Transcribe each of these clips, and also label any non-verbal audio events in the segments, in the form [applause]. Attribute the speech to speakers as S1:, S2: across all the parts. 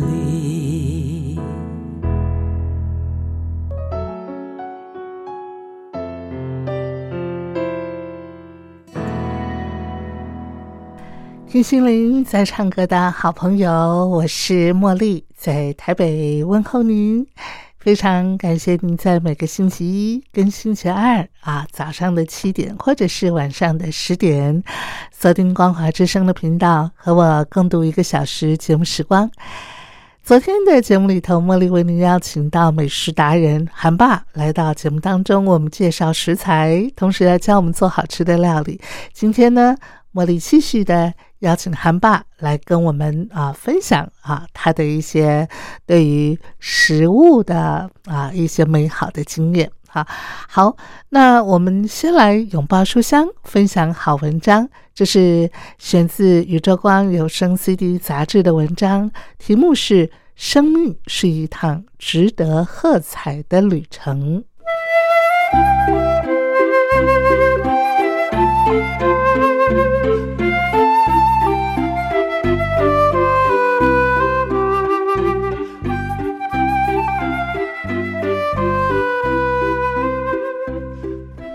S1: 离。
S2: 听心灵在唱歌的好朋友，我是茉莉，在台北问候您。非常感谢您在每个星期一跟星期二啊早上的七点，或者是晚上的十点，锁定光华之声的频道，和我共度一个小时节目时光。昨天的节目里头，茉莉为您邀请到美食达人韩爸来到节目当中，我们介绍食材，同时要教我们做好吃的料理。今天呢，茉莉继续的邀请韩爸来跟我们啊分享啊他的一些对于食物的啊一些美好的经验。啊，好，那我们先来拥抱书香，分享好文章。这是选自《宇宙光有声 CD 杂志》的文章，题目是《生命是一趟值得喝彩的旅程》。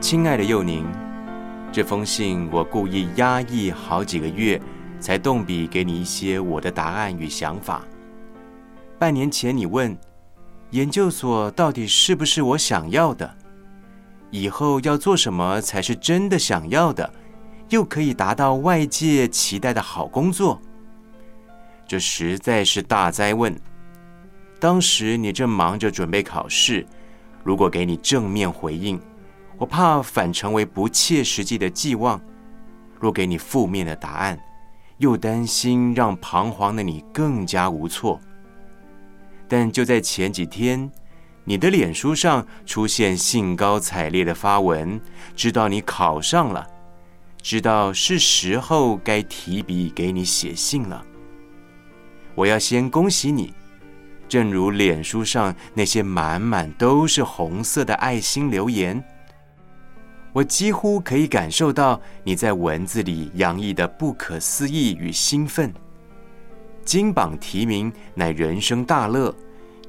S3: 亲爱的幼宁，这封信我故意压抑好几个月，才动笔给你一些我的答案与想法。半年前你问，研究所到底是不是我想要的？以后要做什么才是真的想要的，又可以达到外界期待的好工作？这实在是大灾问。当时你正忙着准备考试，如果给你正面回应，我怕反成为不切实际的寄望；若给你负面的答案，又担心让彷徨的你更加无措。但就在前几天，你的脸书上出现兴高采烈的发文，知道你考上了，知道是时候该提笔给你写信了。我要先恭喜你，正如脸书上那些满满都是红色的爱心留言。我几乎可以感受到你在文字里洋溢的不可思议与兴奋。金榜题名乃人生大乐，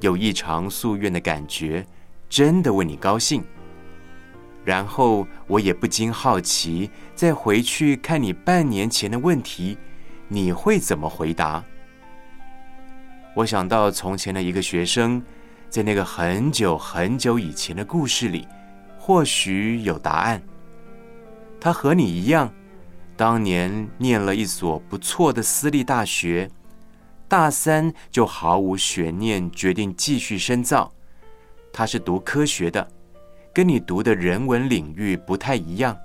S3: 有一偿夙愿的感觉，真的为你高兴。然后我也不禁好奇，再回去看你半年前的问题，你会怎么回答？我想到从前的一个学生，在那个很久很久以前的故事里，或许有答案。他和你一样，当年念了一所不错的私立大学，大三就毫无悬念决定继续深造。他是读科学的，跟你读的人文领域不太一样，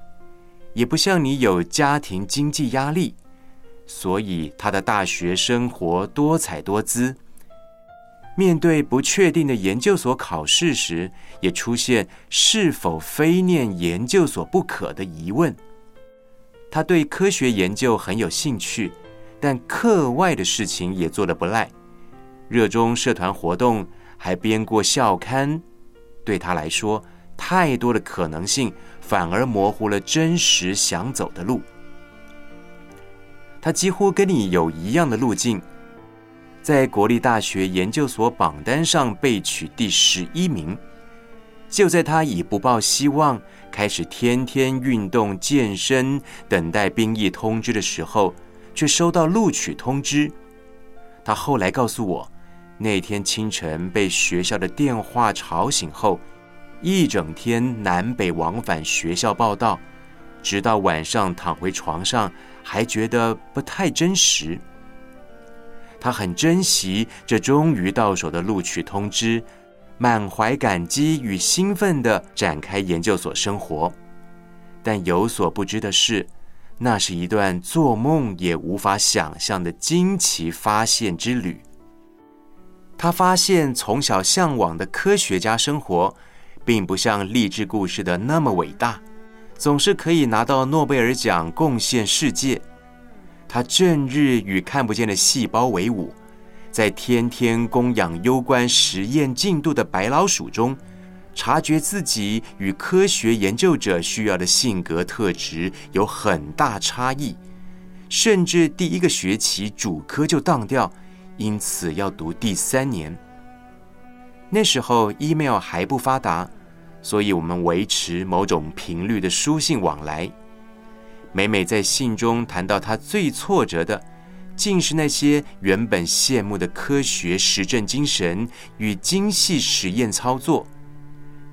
S3: 也不像你有家庭经济压力，所以他的大学生活多彩多姿。面对不确定的研究所考试时，也出现是否非念研究所不可的疑问。他对科学研究很有兴趣，但课外的事情也做得不赖，热衷社团活动，还编过校刊，对他来说，太多的可能性反而模糊了真实想走的路。他几乎跟你有一样的路径，在国立大学研究所榜单上被取第十一名。就在他已不抱希望，开始天天运动健身，等待兵役通知的时候，却收到录取通知。他后来告诉我，那天清晨被学校的电话吵醒后，一整天南北往返学校报道，直到晚上躺回床上，还觉得不太真实。他很珍惜这终于到手的录取通知，满怀感激与兴奋地展开研究所生活。但有所不知的是，那是一段做梦也无法想象的惊奇发现之旅。他发现，从小向往的科学家生活，并不像励志故事的那么伟大，总是可以拿到诺贝尔奖贡献世界。他正日与看不见的细胞为伍，在天天供养攸关实验进度的白老鼠中，察觉自己与科学研究者需要的性格特质有很大差异，甚至第一个学期主科就当掉，因此要读第三年。那时候 email 还不发达，所以我们维持某种频率的书信往来。每每在信中谈到他最挫折的，竟是那些原本羡慕的科学实证精神与精细实验操作。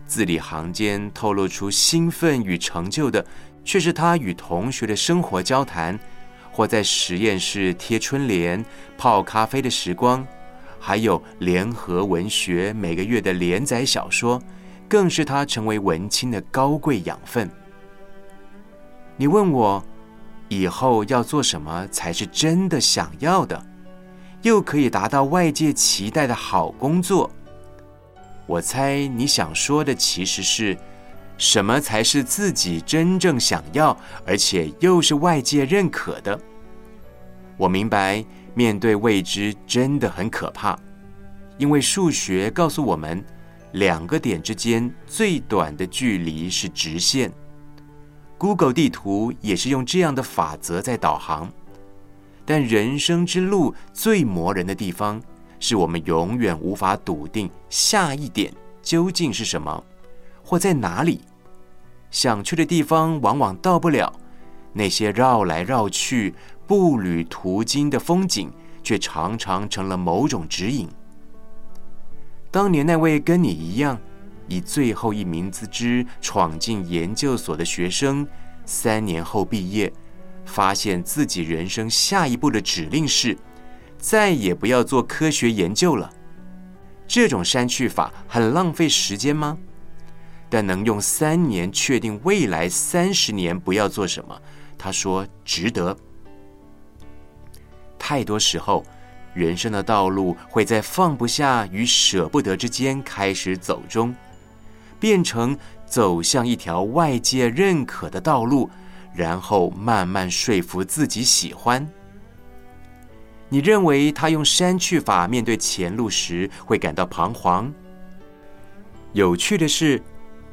S3: 字里行间透露出兴奋与成就的，却是他与同学的生活交谈，或在实验室贴春联、泡咖啡的时光，还有联合文学每个月的连载小说，更是他成为文青的高贵养分。你问我以后要做什么才是真的想要的，又可以达到外界期待的好工作，我猜你想说的其实是，什么才是自己真正想要，而且又是外界认可的。我明白，面对未知真的很可怕，因为数学告诉我们，两个点之间最短的距离是直线。Google 地图也是用这样的法则在导航。但人生之路最磨人的地方，是我们永远无法笃定下一点究竟是什么，或在哪里。想去的地方往往到不了，那些绕来绕去、步履途经的风景，却常常成了某种指引。当年那位跟你一样，以最后一名自知闯进研究所的学生，三年后毕业，发现自己人生下一步的指令是，再也不要做科学研究了。这种删去法很浪费时间吗？但能用三年确定未来三十年不要做什么，他说值得。太多时候，人生的道路会在放不下与舍不得之间开始走中，变成走向一条外界认可的道路，然后慢慢说服自己喜欢。你认为他用删去法面对前路时会感到彷徨？有趣的是，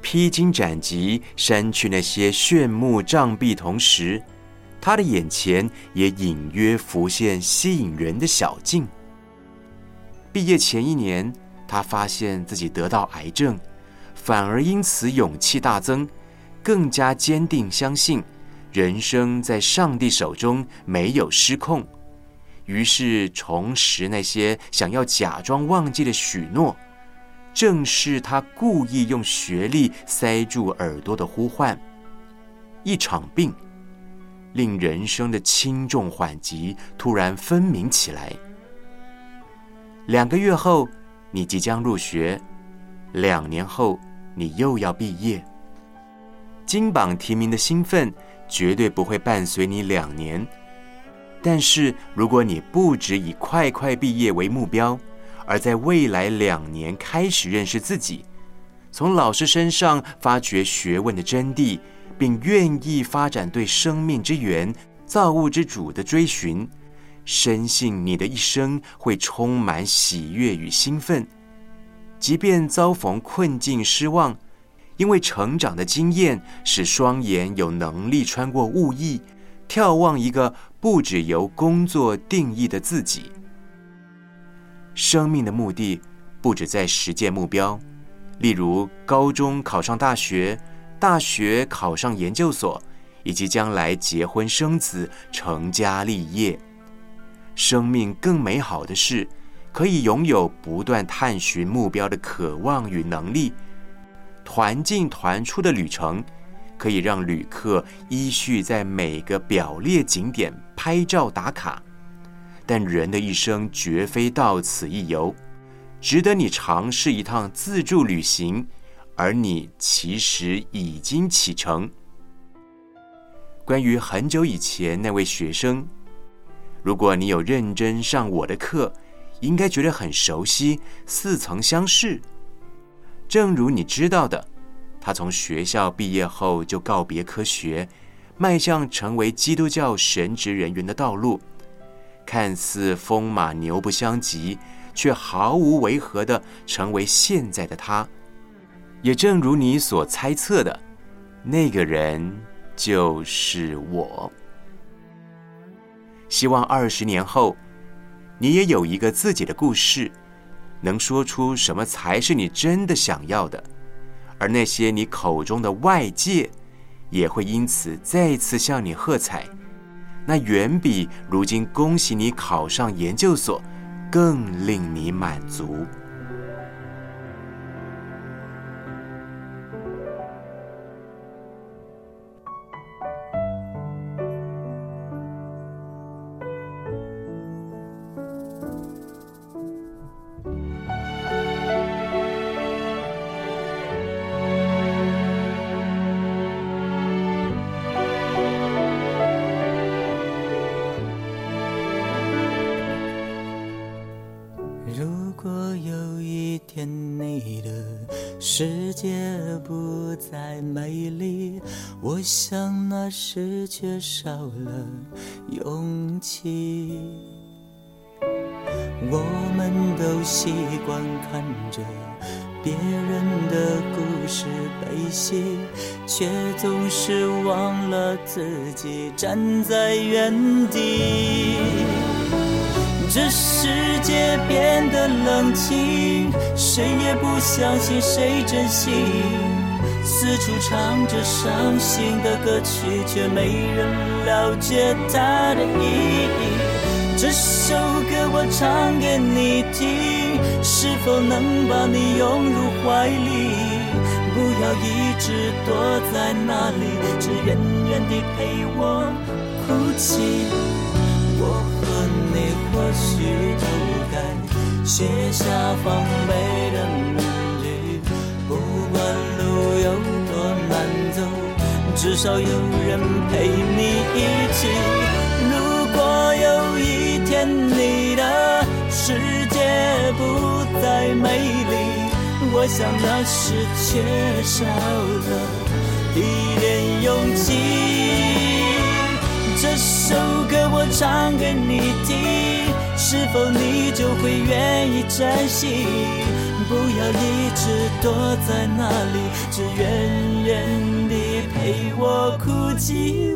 S3: 披荆斩棘删去那些炫目障壁，同时，他的眼前也隐约浮现吸引人的小径。毕业前一年，他发现自己得到癌症，反而因此勇气大增，更加坚定相信人生在上帝手中没有失控。于是重拾那些想要假装忘记的许诺，正是他故意用学历塞住耳朵的呼唤。一场病，令人生的轻重缓急突然分明起来。两个月后，你即将入学；两年后，你又要毕业。金榜题名的兴奋绝对不会伴随你两年，但是如果你不只以快快毕业为目标，而在未来两年开始认识自己，从老师身上发掘学问的真谛，并愿意发展对生命之源、造物之主的追寻，深信你的一生会充满喜悦与兴奋，即便遭逢困境、失望，因为成长的经验使双眼有能力穿过雾翳，眺望一个不只由工作定义的自己。生命的目的不只在实践目标，例如高中考上大学，大学考上研究所，以及将来结婚生子、成家立业。生命更美好的是，可以拥有不断探寻目标的渴望与能力。团进团出的旅程，可以让旅客依序在每个表列景点拍照打卡。但人的一生绝非到此一游，值得你尝试一趟自助旅行，而你其实已经启程。关于很久以前那位学生，如果你有认真上我的课，应该觉得很熟悉，似曾相识。正如你知道的，他从学校毕业后就告别科学，迈向成为基督教神职人员的道路。看似风马牛不相及，却毫无违和地成为现在的他。也正如你所猜测的，那个人就是我。希望二十年后，你也有一个自己的故事，能说出什么才是你真的想要的，而那些你口中的外界，也会因此再次向你喝彩。那远比如今恭喜你考上研究所更令你满足。
S1: 如果有一天你的世界不再美丽，我想那时缺少了勇气。我们都习惯看着别人的故事悲喜，却总是忘了自己站在原地。这世界变得冷清，谁也不相信谁真心。四处唱着伤心的歌曲，却没人了解它的意义。这首歌我唱给你听，是否能把你拥入怀里？不要一直躲在那里，只远远地陪我哭泣。我和你或许都该卸下防备的面具，不管路有多难走，至少有人陪你一起。如果有一天你的世界不再美丽，我想那是缺少了一点勇气。这首歌我唱给你听，是否你就会愿意珍惜？不要一直躲在那里，只远远地陪我哭泣。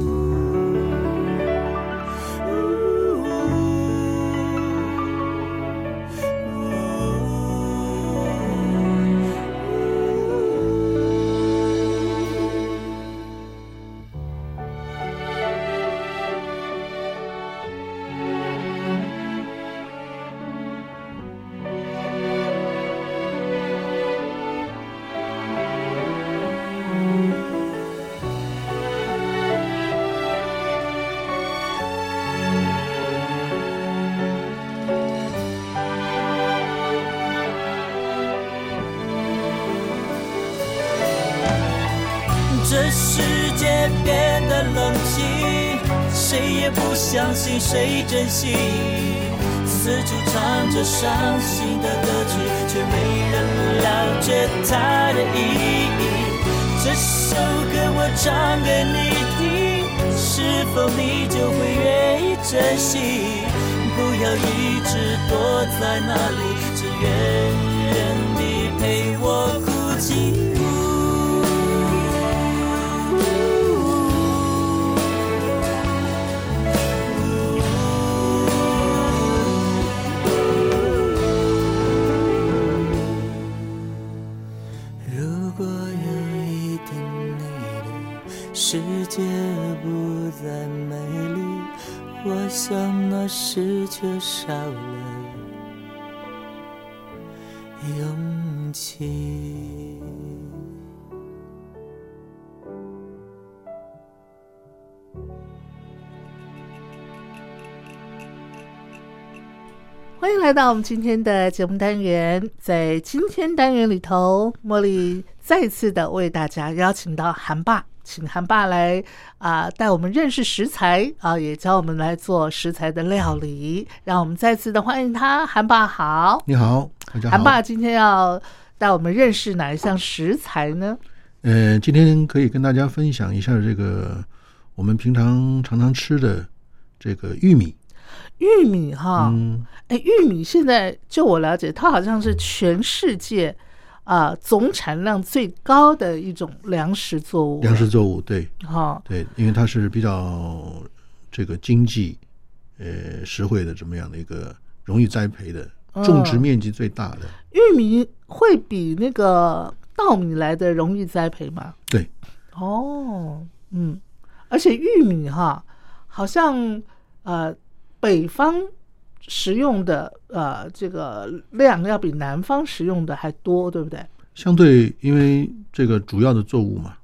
S1: 这世界变得冷清，谁也不相信谁真心。四处唱着伤心的歌曲，却没人了解它的意义。这首歌我唱给你听，是否你就会愿意珍惜？不要一直躲在那里，只远远地陪我哭泣。如果有一天你的世界不再美丽，我想那时却少了勇气。
S2: 欢迎来到我们今天的节目单元。在今天单元里头，茉莉再次的为大家邀请到韩爸，请韩爸来啊、带我们认识食材啊、也教我们来做食材的料理。让我们再次的欢迎他，韩爸好。
S4: 你好，大家好。
S2: 韩爸今天要带我们认识哪一项食材呢？
S4: 呃，今天可以跟大家分享一下这个我们平常常常吃的这个玉米。
S2: 玉米哈，
S4: 嗯，
S2: 哎、玉米现在就我了解，它好像是全世界啊、总产量最高的一种粮食作物了。
S4: 粮食作物，对
S2: 哈、
S4: 对，因为它是比较这个经济呃实惠的这么样的一个容易栽培的，种植
S2: 嗯
S4: 面积最大的。
S2: 玉米会比那个稻米来的容易栽培吗？
S4: 对，
S2: 哦，嗯，而且玉米哈，好像呃北方食用的呃这个量要比南方食用的还多，对不对？
S4: 相对因为这个主要的作物嘛，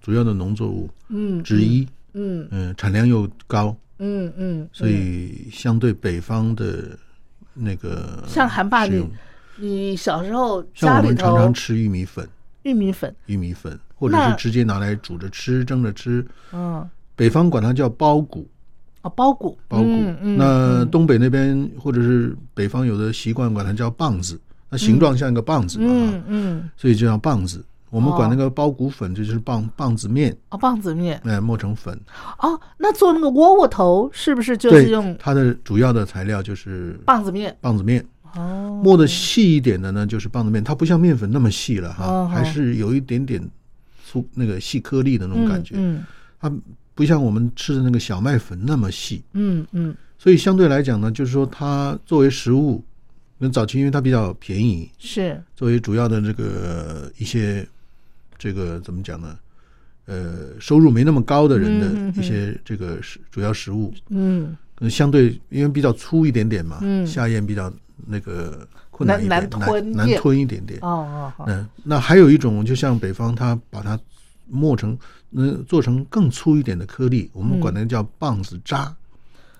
S4: 主要的农作物
S2: 嗯，
S4: 之一，
S2: 嗯，
S4: 嗯、产量又高，
S2: 嗯嗯嗯，
S4: 所以相对北方的那个
S2: 像韩爸
S4: 使
S2: 你
S4: 用
S2: 你小时候
S4: 像
S2: 家
S4: 我
S2: 里
S4: 们常
S2: 头
S4: 常吃玉米粉，
S2: 玉米粉，
S4: 玉米粉，或者
S2: 那
S4: 是直接拿来煮着吃、蒸着吃。
S2: 嗯，
S4: 北方管它叫包谷，
S2: 哦，包谷，
S4: 包谷。
S2: 嗯嗯、
S4: 那
S2: 嗯
S4: 东北那边或者是北方有的习惯管它叫棒子，那形状像一个棒子嘛，
S2: 嗯
S4: 啊
S2: 嗯，
S4: 所以就叫棒子。我们
S2: 哦
S4: 管那个包谷粉，这就是棒棒子面，
S2: 哦，棒子面，
S4: 哎、磨成粉。
S2: 哦，那做那个窝窝头是不是就是
S4: 对
S2: 用，
S4: 它的主要的材料就是
S2: 棒子面？
S4: 棒子面。
S2: 哦，
S4: 磨的细一点的呢，就是棒子面，它不像面粉那么细了哈，
S2: 哦
S4: 还是有一点点粗那个细颗粒的那种
S2: 嗯
S4: 感觉。
S2: 嗯
S4: 它不像我们吃的那个小麦粉那么细，
S2: 嗯嗯，
S4: 所以相对来讲呢，就是说它作为食物，那早期因为它比较便宜，
S2: 是，
S4: 作为主要的这个一些这个怎么讲呢？呃，收入没那么高的人
S2: 嗯嗯
S4: 的
S2: 嗯
S4: 一些这个食主要食物，
S2: 嗯，
S4: 可能相对因为比较粗一点点嘛，
S2: 嗯
S4: 下咽比较那个困难一点，
S2: 难
S4: 难
S2: 难吞
S4: 难
S2: 咽
S4: 吞一点点。
S2: 哦哦哦，
S4: 嗯，那还有一种，就像北方，它把它磨成，嗯、做成更粗一点的颗粒，
S2: 嗯
S4: 我们管它叫棒子渣，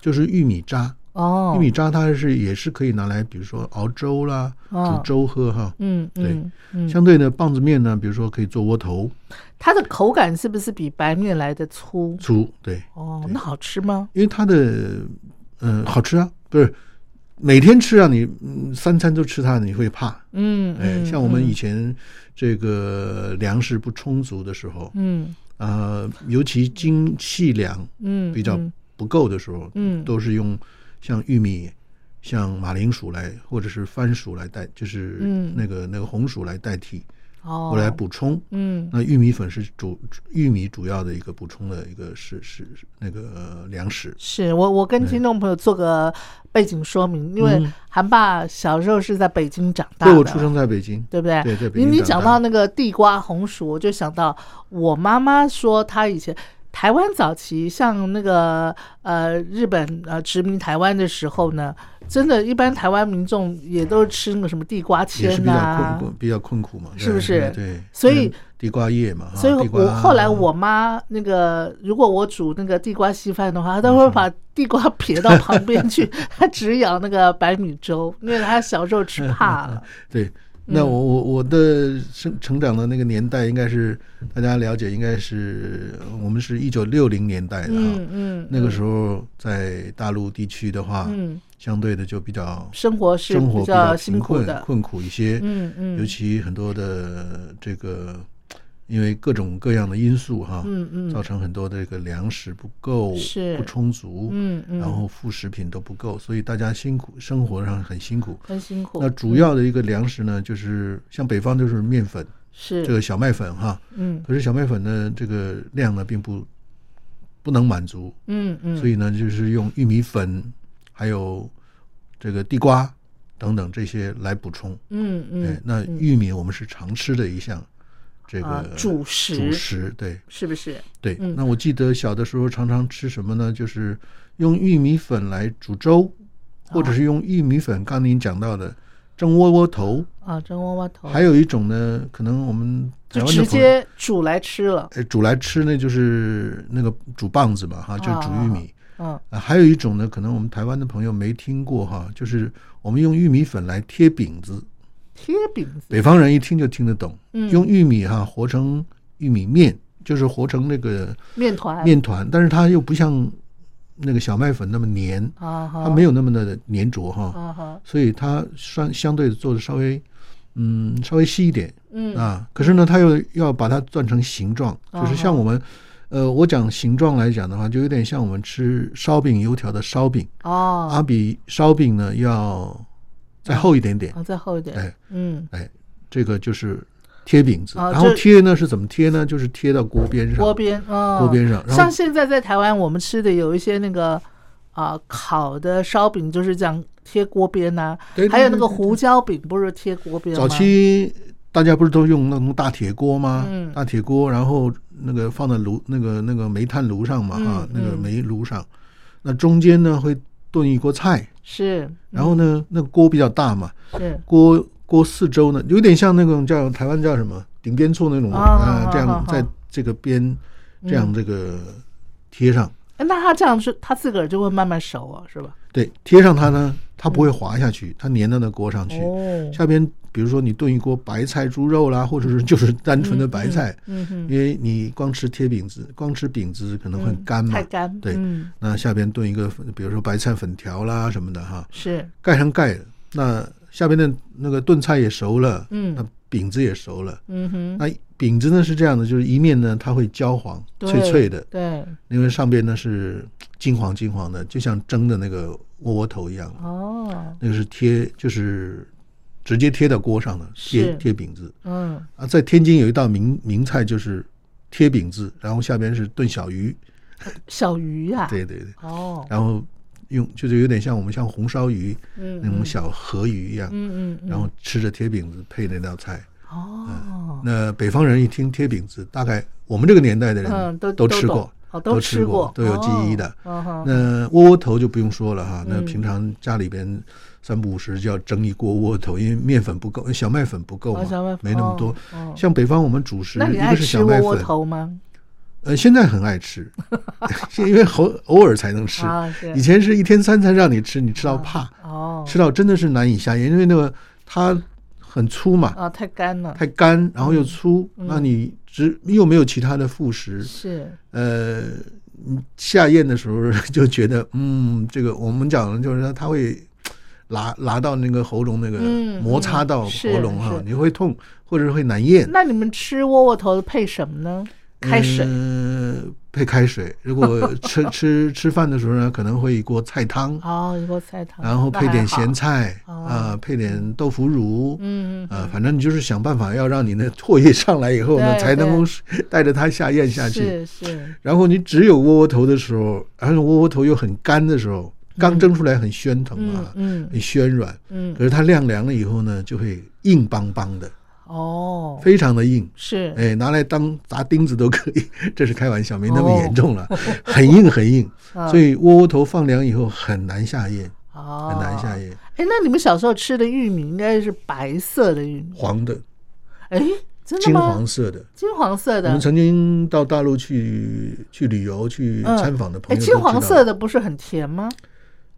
S4: 就是玉米渣。
S2: 哦，
S4: 玉米渣它是也是可以拿来，比如说熬粥啦，
S2: 哦
S4: 煮粥喝哈。
S2: 嗯，嗯嗯嗯，
S4: 相对的棒子面呢，比如说可以做窝头
S2: 它的口感是不是比白面来的粗？
S4: 粗，对，
S2: 哦，那好吃吗？
S4: 因为它的嗯、呃好吃啊，不是每天吃啊，你、嗯、三餐都吃它，你会怕。
S2: 嗯，
S4: 哎，
S2: 嗯
S4: 像我们
S2: 嗯
S4: 以前这个粮食不充足的时候，
S2: 嗯
S4: 呃，尤其精细粮
S2: 嗯
S4: 比较
S2: 嗯
S4: 不够的时候，
S2: 嗯
S4: 都是用像玉米、像马铃薯来，或者是番薯来代，就是
S2: 嗯
S4: 那个、那个红薯来代替，
S2: 哦，
S4: 我来补充。
S2: 嗯
S4: 那玉米粉是主玉米主要的一个补充的一个是是是那个粮食，
S2: 是我，我跟听众朋友做个背景说明，因为
S4: 嗯
S2: 韩爸小时候是在北京长大
S4: 对
S2: 的，
S4: 我出生在北京，
S2: 对不对？
S4: 对在北
S2: 你
S4: 京
S2: 你
S4: 长
S2: 讲
S4: 大
S2: 到那个地瓜、红薯，我就想到我妈妈说，她以前台湾早期像那个呃日本呃殖民台湾的时候呢，真的，一般台湾民众也都是吃那个什么地瓜
S4: 也是
S2: 签
S4: 比
S2: 呐、
S4: 较困困比较困苦嘛，
S2: 是不
S4: 对
S2: 是
S4: 对，
S2: 所以
S4: 嗯地瓜叶嘛，哈
S2: 所以
S4: 啊地
S2: 我
S4: 瓜
S2: 后来我妈那个，如果我煮那个地瓜稀饭的话，她都
S4: 嗯
S2: 会把地瓜撇到旁边去， [laughs] 她只舀那个白米粥，因为她小时候吃怕
S4: [laughs]
S2: 了。
S4: 对，
S2: 嗯
S4: 那我我我的生成长的那个年代，应该是大家了解，应该是我们是一九六零年代的啊。
S2: 嗯嗯，
S4: 那个时候在大陆地区的话，
S2: 嗯，
S4: 相对的就比较
S2: 生活是
S4: 生活
S2: 比
S4: 比较
S2: 辛
S4: 贫
S2: 苦
S4: 困
S2: 的。嗯
S4: 困苦一些，
S2: 嗯嗯
S4: 尤其很多的这个。因为各种各样的因素哈，
S2: 嗯嗯
S4: 造成很多的这个粮食不够、
S2: 是
S4: 不充足，
S2: 嗯嗯
S4: 然后副食品都不够，所以大家辛苦，生活上很辛苦。
S2: 很辛苦
S4: 那。主要的一个粮食呢，就是像北方就是面粉，
S2: 是
S4: 这个小麦粉哈，
S2: 嗯
S4: 可是小麦粉呢，这个量呢并不不能满足，
S2: 嗯嗯，
S4: 所以呢，就是用玉米粉，还有这个地瓜等等这些来补充。
S2: 嗯
S4: 对
S2: 嗯，，
S4: 那玉米我们是常吃的一项哎这
S2: 啊
S4: 个
S2: 主食
S4: 主食对
S2: 是不是？
S4: 对。
S2: 嗯
S4: 那我记得小的时候常常吃什么呢？就是用玉米粉来煮粥，或
S2: 啊
S4: 者是用玉米粉，刚您讲到的蒸窝窝头，
S2: 啊，蒸窝窝头，
S4: 还有一种呢，可能我们台
S2: 就
S4: 湾的
S2: 直
S4: 朋友。
S2: 接煮来吃了。
S4: 呃煮来吃呢，就是那个煮棒子嘛，
S2: 哦
S4: 哈，就煮玉米。
S2: 嗯，
S4: 啊，还有一种呢，可能我们台湾的朋友没听过哈，就是我们用玉米粉来贴饼子，
S2: 贴饼子，
S4: 北方人一听就听得懂。
S2: 嗯
S4: 用玉米哈和成玉米面，就是和成那个
S2: 面团，
S4: 面团，但是它又不像那个小麦粉那么黏，
S2: 啊哈，
S4: 它没有那么的粘着哈，
S2: 啊哈，
S4: 所以它相相对做的稍微嗯稍微细一点
S2: 嗯哦
S4: 啊，可是呢，它又要把它攥成形状，就是像我们。呃，我讲形状来讲的话，就有点像我们吃烧饼、油条的烧饼，
S2: 哦，
S4: 它比烧饼呢要再厚一点点。
S2: 啊，再厚一点，
S4: 哎
S2: 嗯，
S4: 哎，这个就是贴饼子。
S2: 哦
S4: 然后
S2: 这
S4: 贴呢是怎么贴呢？就是贴到锅边上。
S2: 锅边啊，
S4: 锅边上然后
S2: 像现在在台湾，我们吃的有一些那个啊、烤的烧饼，就是这样贴锅边呐、
S4: 对对
S2: 还有那个
S4: 对对
S2: 胡椒饼，不是贴锅边吗？
S4: 早期大家不是都用那种大铁锅吗？
S2: 嗯
S4: 大铁锅，然后那个放在炉那个那个煤炭炉上嘛，啊
S2: 嗯，
S4: 那个
S2: 嗯
S4: 煤炉上，那中间呢会炖一锅
S2: 嗯
S4: 菜，
S2: 是
S4: 然后呢那个锅比较大嘛，
S2: 是
S4: 锅锅四周呢有点像那种叫台湾叫什么顶边醋那种
S2: 哦
S4: 啊，
S2: 好
S4: 这
S2: 好
S4: 样
S2: 好嗯
S4: 在这个边这样这个贴上。
S2: 哎那它这样是它自个儿就会慢慢熟啊，是吧？
S4: 对，贴上它呢，它不会滑下去，它粘到那锅上去。
S2: 嗯哦，
S4: 下边比如说你炖一锅白菜猪肉啦，或者是就是单纯的白菜，
S2: 嗯哼，
S4: 因为你光吃贴饼子，光吃饼子可能很干嘛。
S2: 太干，
S4: 对，
S2: 嗯，
S4: 那下边炖一个，比如说白菜粉条啦什么的哈，
S2: 是
S4: 盖上盖，那下边的那个炖菜也熟了，
S2: 嗯
S4: 那饼子也熟了。
S2: 嗯哼，
S4: 那饼子呢是这样的，就是一面呢它会焦黄，
S2: 对
S4: 脆脆的，
S2: 对，
S4: 因为上边呢是金黄金黄的，就像蒸的那个窝窝头一样。
S2: 哦，
S4: 那个是贴，就是直接贴到锅上的贴
S2: 是
S4: 贴饼子
S2: 嗯，
S4: 啊。在天津有一道名名菜就是贴饼子，然后下边是炖小鱼，
S2: 小鱼呀、啊，，
S4: 对对对，
S2: 哦，
S4: 然后用就是有点像我们像红烧鱼
S2: 嗯
S4: 那种小河鱼一样，
S2: 嗯嗯嗯，
S4: 然后吃着贴饼子配那道菜。
S2: 哦，
S4: 那北方人一听贴饼子，大概我们这个年代的
S2: 嗯
S4: 人
S2: 都都
S4: 吃
S2: 懂
S4: 过，
S2: 哦都
S4: 都
S2: 吃
S4: 吃
S2: 过
S4: 都有记忆的。
S2: 嗯哼，
S4: 那窝窝头就不用说了哈，那平常家里边三不五时就要蒸一锅窝窝头，因为面粉不够，小麦粉不够嘛
S2: 哦小麦粉，
S4: 没那么多
S2: 哦哦。
S4: 像北方我们主食，
S2: 那
S4: 一
S2: 你爱
S4: 个是
S2: 吃
S4: 小
S2: 窝
S4: 麦
S2: 窝
S4: 粉，
S2: 头吗？
S4: 呃，现在很
S2: [laughs]
S4: 爱吃， [laughs] 因为偶偶尔才能吃
S2: 啊是，
S4: 以前是一天三餐让你吃，你吃到怕，
S2: 哦，
S4: 吃到真的是难以下咽，因为那个它很粗嘛，
S2: 啊，太干了，
S4: 太干，然后又粗，
S2: 嗯
S4: 那你只又没有其他的副食，
S2: 是
S4: 呃，嗯下咽的时候就觉得， [laughs] 嗯，这个我们讲的就是说它会拉拉到那个喉咙那个
S2: 嗯
S4: 摩擦
S2: 嗯
S4: 到
S2: 是
S4: 喉咙哈
S2: 是，
S4: 你会痛或者会难咽。
S2: 那你们吃窝窝头配什么呢？开水、
S4: 呃，配开水。如果吃 [laughs] 吃吃饭的时候呢，可能会一锅菜汤，
S2: 哦，一锅菜汤，
S4: 然后配点咸
S2: 菜，
S4: 菜
S2: 哦
S4: 啊，配点豆腐乳。
S2: 嗯，
S4: 啊，反正你就是想办法要让你那唾液上来以后呢，
S2: 对
S4: 才能够带着它下咽
S2: 嗯
S4: 下去。
S2: 是是，
S4: 然后你只有窝窝头的时候，而且窝窝头又很干的时候，刚蒸出来很暄腾
S2: 嗯
S4: 啊，
S2: 嗯
S4: 很暄软。可
S2: 嗯，
S4: 是它晾凉了以后呢，就会硬邦邦的，
S2: 哦，
S4: 非常的硬。
S2: 是，
S4: 哎，拿来当砸钉子都可以， [laughs] 这是开玩笑，没那么严重了，
S2: 哦
S4: [laughs] 很硬很硬，
S2: 啊
S4: 所以窝窝头放凉以后很难下咽，
S2: 哦，
S4: 很难下。咽，
S2: 哎，那你们小时候吃的玉米应该是白色的玉米，
S4: 黄的，
S2: 哎，真的
S4: 金
S2: 吗
S4: 黄？色的。
S2: 金黄色
S4: 我
S2: 的
S4: 们，曾经到大陆去去旅游去
S2: 嗯
S4: 参访的朋
S2: 哎，
S4: 友，
S2: 金黄色，的不是很甜吗？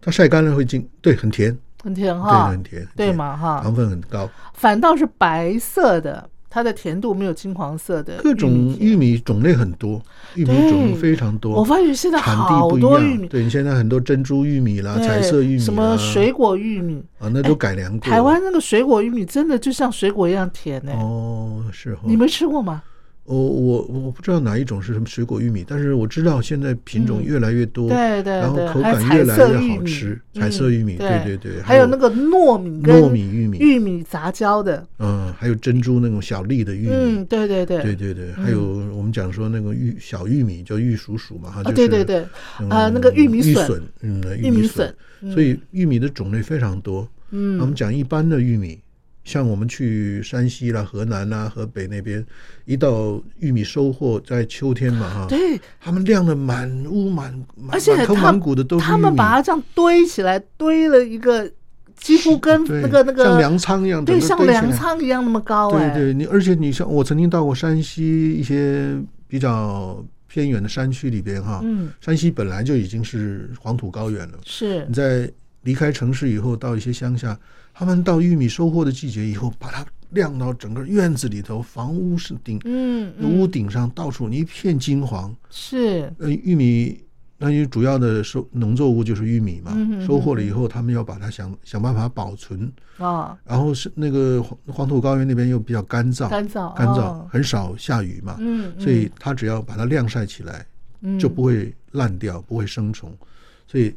S4: 它晒干了会进，对，很甜，
S2: 很甜
S4: 对，
S2: 哈，
S4: 很甜，
S2: 啊对
S4: 很甜
S2: 嘛啊哈，
S4: 糖分很高，
S2: 反倒是白色的，它的甜度没有金黄色的
S4: 各种
S2: 玉
S4: 玉
S2: 米
S4: 米种类很多，玉米种类非常
S2: 甜。
S4: 多，
S2: 我发现现在
S4: 产
S2: 好
S4: 地不一
S2: 多玉
S4: 样。
S2: 米，
S4: 对，你现在很多珍珠玉米啦、
S2: 对
S4: 彩色玉米啦，
S2: 什么水哎果玉米，
S4: 啊，那都改良过。
S2: 台湾那个水果玉米真的就像水果一样甜呢、欸
S4: 哦，是哦。
S2: 你没吃过吗？
S4: 我我我不知道哪一种是什么水果玉米，但是我知道现在品种越来越
S2: 嗯
S4: 多，
S2: 对对
S4: 哦然后
S2: 对
S4: 口
S2: 还有
S4: 感
S2: 彩
S4: 越来
S2: 色
S4: 越
S2: 玉
S4: 好
S2: 米
S4: 吃。
S2: 嗯
S4: 彩色玉米，
S2: 对
S4: 对对，
S2: 还有那个糯米跟
S4: 糯米玉米
S2: 玉米杂交的，
S4: 嗯，还有珍珠那种小粒的玉
S2: 嗯，
S4: 米，
S2: 对对对嗯
S4: 对对对，还有我们讲说那个玉小玉米叫玉蜀黍嘛，哈，
S2: 啊，
S4: 就是
S2: 对对对，啊，那个玉
S4: 玉
S2: 米
S4: 笋，嗯，
S2: 玉
S4: 玉
S2: 米
S4: 笋
S2: 笋，，
S4: 所以玉米的种类非常多。
S2: 嗯，
S4: 我们讲一般的玉米，像我们去山西啦、河南啦、河北那边，一到玉米收获在秋天嘛，哈，
S2: 对，
S4: 他们晾的满屋满，满
S2: 而且
S4: 满坑
S2: 他
S4: 满谷的都是
S2: 他们
S4: 玉米
S2: 把它这样堆起来，堆了一个几乎跟
S4: [laughs] 对
S2: 那个那个
S4: 像粮仓一样，
S2: 对，
S4: 整个
S2: 像
S4: 堆起
S2: 粮
S4: 来。
S2: 仓一样那么高哎、
S4: 对对，你而且你像我曾经到过山西一些比较偏远的山区里边哈，
S2: 嗯，
S4: 山西本来就已经是黄土高原了，
S2: 是
S4: 你，在离开城市以后，到一些乡下，他们到玉米收获的季节以后，把它晾到整个院子里头，房屋是顶、
S2: 嗯，
S4: 屋
S2: 嗯
S4: 顶上到处一片金黄。
S2: 是，
S4: 呃，玉米，那因为主要的收农作物就是玉米嘛，
S2: 嗯哼
S4: 收获了以后，他们要把它想想办法保存。
S2: 哦，
S4: 然后是那个黄黄土高原那边又比较干燥，
S2: 干燥，
S4: 干燥、
S2: 哦
S4: 很少下雨嘛，
S2: 嗯，
S4: 所以它只要把它晾晒起来，
S2: 嗯
S4: 就不会烂掉，不会生虫。所以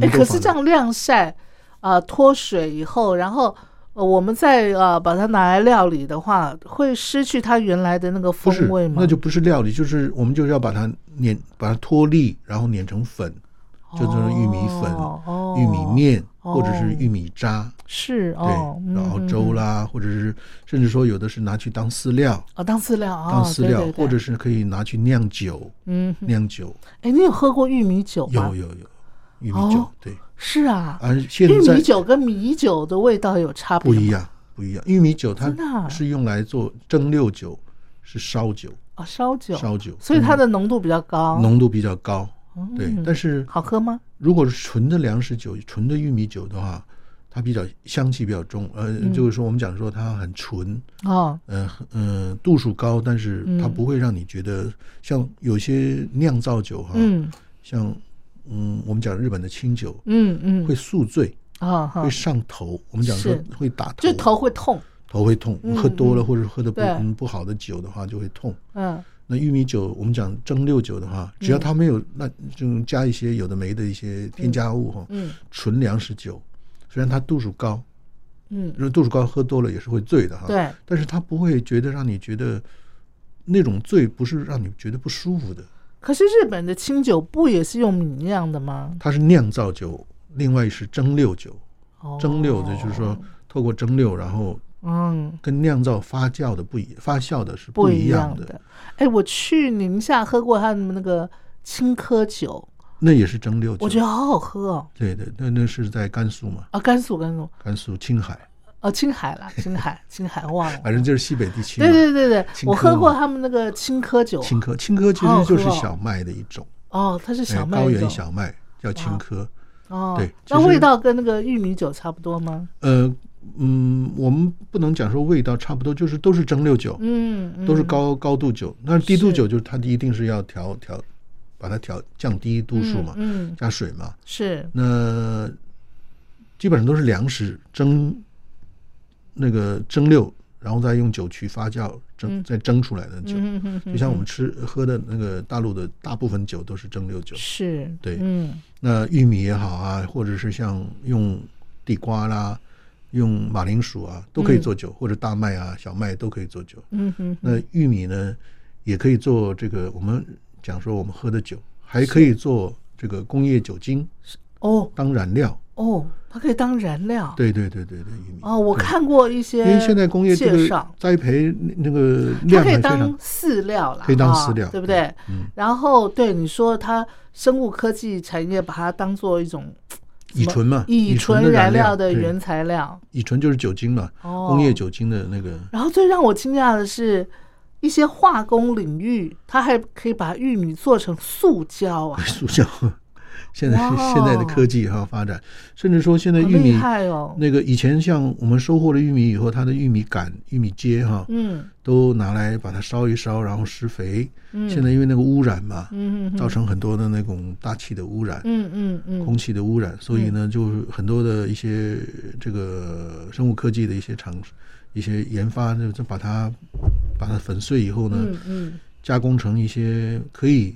S2: 哎，
S4: 们都
S2: 可
S4: 把
S2: 是这样晾晒，啊，脱水以后，然后呃我们再呃把它拿来料理的话，会失去它原来的那个
S4: 不
S2: 风
S4: 是
S2: 味吗？，
S4: 那就不是料理，就是我们就是要把它碾，把它脱粒，然后碾成粉，就做成玉米粉、
S2: 哦
S4: 玉米面、
S2: 哦
S4: 或者是玉米渣，
S2: 是
S4: 对，
S2: 哦，嗯
S4: 然后粥，
S2: 嗯嗯
S4: 啦，或者是甚至说有的是拿去当饲料，
S2: 哦，当饲料啊，
S4: 当饲料，
S2: 对对对
S4: 或者是可以拿去酿酒，
S2: 嗯，
S4: 酿酒
S2: 哎，你有喝过玉米酒吗？
S4: 有有有玉米酒，
S2: 哦
S4: 对，
S2: 是啊，
S4: 而现
S2: 玉
S4: 在
S2: 米酒跟米酒的味道有差别
S4: 不
S2: 吗，
S4: 一样，不一样，玉米酒它
S2: 真的啊
S4: 是用来做蒸馏酒，是烧酒，
S2: 啊，烧酒，
S4: 烧酒
S2: 所以它的浓度比较高，
S4: 浓度比较高，对，但是
S2: 好喝吗？
S4: 如果是纯的粮食酒、纯的玉米酒的话，它比较香气比较重，呃，
S2: 嗯
S4: 就是说我们讲说它很纯，
S2: 哦，
S4: 呃呃，度数高，但是
S2: 嗯
S4: 它不会让你觉得像有些酿造酒哈、
S2: 嗯
S4: 像嗯，我们讲日本的清酒
S2: 嗯嗯，
S4: 会宿醉，
S2: 啊哈
S4: 会，上头，我们讲说
S2: 是
S4: 会打头，
S2: 就头会痛，
S4: 头会痛，喝多了或者喝的不
S2: 对
S4: 嗯不好的酒的话就会痛。
S2: 嗯
S4: 那玉米酒，我们讲蒸馏酒的话，只要它没有那就加一些有的没的一些添加物哈，
S2: 嗯
S4: 纯粮食酒，虽然它度数高，
S2: 嗯，
S4: 如果度数高喝多了也是会醉的哈，，
S2: 对，
S4: 但是它不会觉得让你觉得那种醉不是让你觉得不舒服的，
S2: 可是日本的清酒不也是用米酿的吗？
S4: 它是酿造酒，另外是蒸馏酒，
S2: 哦
S4: 蒸馏的就是说透过蒸馏，然后
S2: 嗯，
S4: 跟酿造发酵的不一发酵的是
S2: 不
S4: 一
S2: 一样
S4: 的，
S2: 的。哎，我去宁夏喝过他们那个青稞酒，
S4: 那也是蒸馏酒，
S2: 我觉得好好喝哦。
S4: 对对，那那是在甘肃嘛，
S2: 啊，甘肃甘肃，
S4: 甘肃青海。
S2: 哦，青海
S4: [laughs]
S2: 啦，青海，青海忘了。
S4: 反正就是西北地区嘛。
S2: 对对对对，
S4: 哎青稞
S2: 我喝过他们那个青稞酒，
S4: 青稞，青稞其
S2: 好好
S4: 实
S2: 喝
S4: 就
S2: 哦
S4: 是小麦的一种，
S2: 哦，它是
S4: 哎
S2: 小麦
S4: 高
S2: 酒
S4: 原小麦叫青稞。
S2: 哦，
S4: 对
S2: 那
S4: 其实
S2: 味道跟那个玉米酒差不多吗？
S4: 呃，嗯，我们不能讲说味道差不多，就是都是蒸馏酒，
S2: 嗯，嗯
S4: 都是高高度酒。那低度
S2: 是
S4: 酒就是它一定是要调调，把它调降低度数嘛，
S2: 嗯，
S4: 嗯
S2: 嗯
S4: 加水嘛。
S2: 是，
S4: 那基本上都是粮食蒸那个蒸馏，然后再用酒曲发酵蒸再蒸出来的酒。
S2: 嗯嗯嗯，
S4: 就像我们吃喝的那个大陆的大部分酒都是蒸馏酒，
S2: 是，
S4: 对
S2: 嗯
S4: 那玉米也好啊，或者是像用地瓜啦、用马铃薯啊，都可以做酒，或者大麦啊、小麦都可以做酒。
S2: 嗯嗯，
S4: 那玉米呢，也可以做这个我们讲说我们喝的酒，还可以做这个工业酒精
S2: 哦
S4: 当燃料。
S2: 哦，它可以当燃料，，
S4: 对对对对对，玉米。
S2: 哦，我看过一些，
S4: 因为现在工业这
S2: 介
S4: 个
S2: 绍，
S4: 栽培那个
S2: 它
S4: 量
S2: 可以
S4: 还非常
S2: 当饲料啦，
S4: 可以当
S2: 啊
S4: 饲料
S2: 对不
S4: 对嗯
S2: 对？然后对你说，它生物科技产业把它当做一种
S4: 乙醇嘛，
S2: 乙
S4: 的
S2: 醇燃料的
S4: 对
S2: 原材料，
S4: 乙醇就是酒精嘛，
S2: 哦
S4: 工业酒精的那个，
S2: 然后最让我惊讶的是，一些化工领域，它还可以把玉米做成塑胶啊
S4: 塑胶。现在
S2: 哇哦
S4: 现在的科技哈发展，甚至说现在
S2: 好
S4: 玉
S2: 厉
S4: 米
S2: 害哦！
S4: 那个以前像我们收获了玉米以后，它的玉米杆、玉米秸哈，
S2: 嗯
S4: 都拿来把它烧一烧，然后施肥。
S2: 嗯
S4: 现在因为那个污染嘛，
S2: 嗯嗯
S4: 造成很多的那种大气的污染、
S2: 嗯嗯嗯，
S4: 空气的污染，所以呢，就是很多的一些这个生物科技的一些厂一些研发，就就把它把它粉碎以后呢，
S2: 嗯嗯，
S4: 加工成一些可以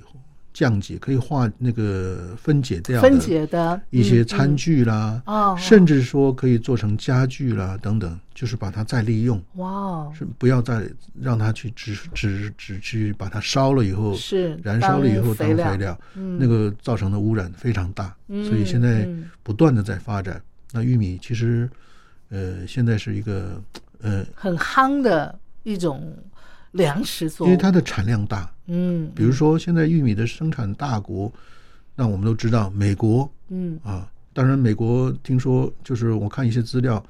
S4: 降解、可以化那个分解掉的
S2: 分解的
S4: 一些餐
S2: 嗯
S4: 具啦，
S2: 嗯哦，
S4: 甚至说可以做成家具啦等等，就是把它再利用，
S2: 哇哦，
S4: 是不要再让它去只只只去把它烧了以后，
S2: 是
S4: 燃烧了以后当
S2: 肥料
S4: 肥，料，
S2: 嗯
S4: 那个造成的污染非常大，所以
S2: 嗯
S4: 现在
S2: 嗯
S4: 不断的在发展。那玉米其实，呃，现在是一个呃，
S2: 很夯的一种粮食作
S4: 因
S2: 物，
S4: 为它的产量大，
S2: 嗯，
S4: 比如说现在玉米的生产大国，那我们都知道美国
S2: 嗯
S4: 啊，当然美国听说就是我看一些资料，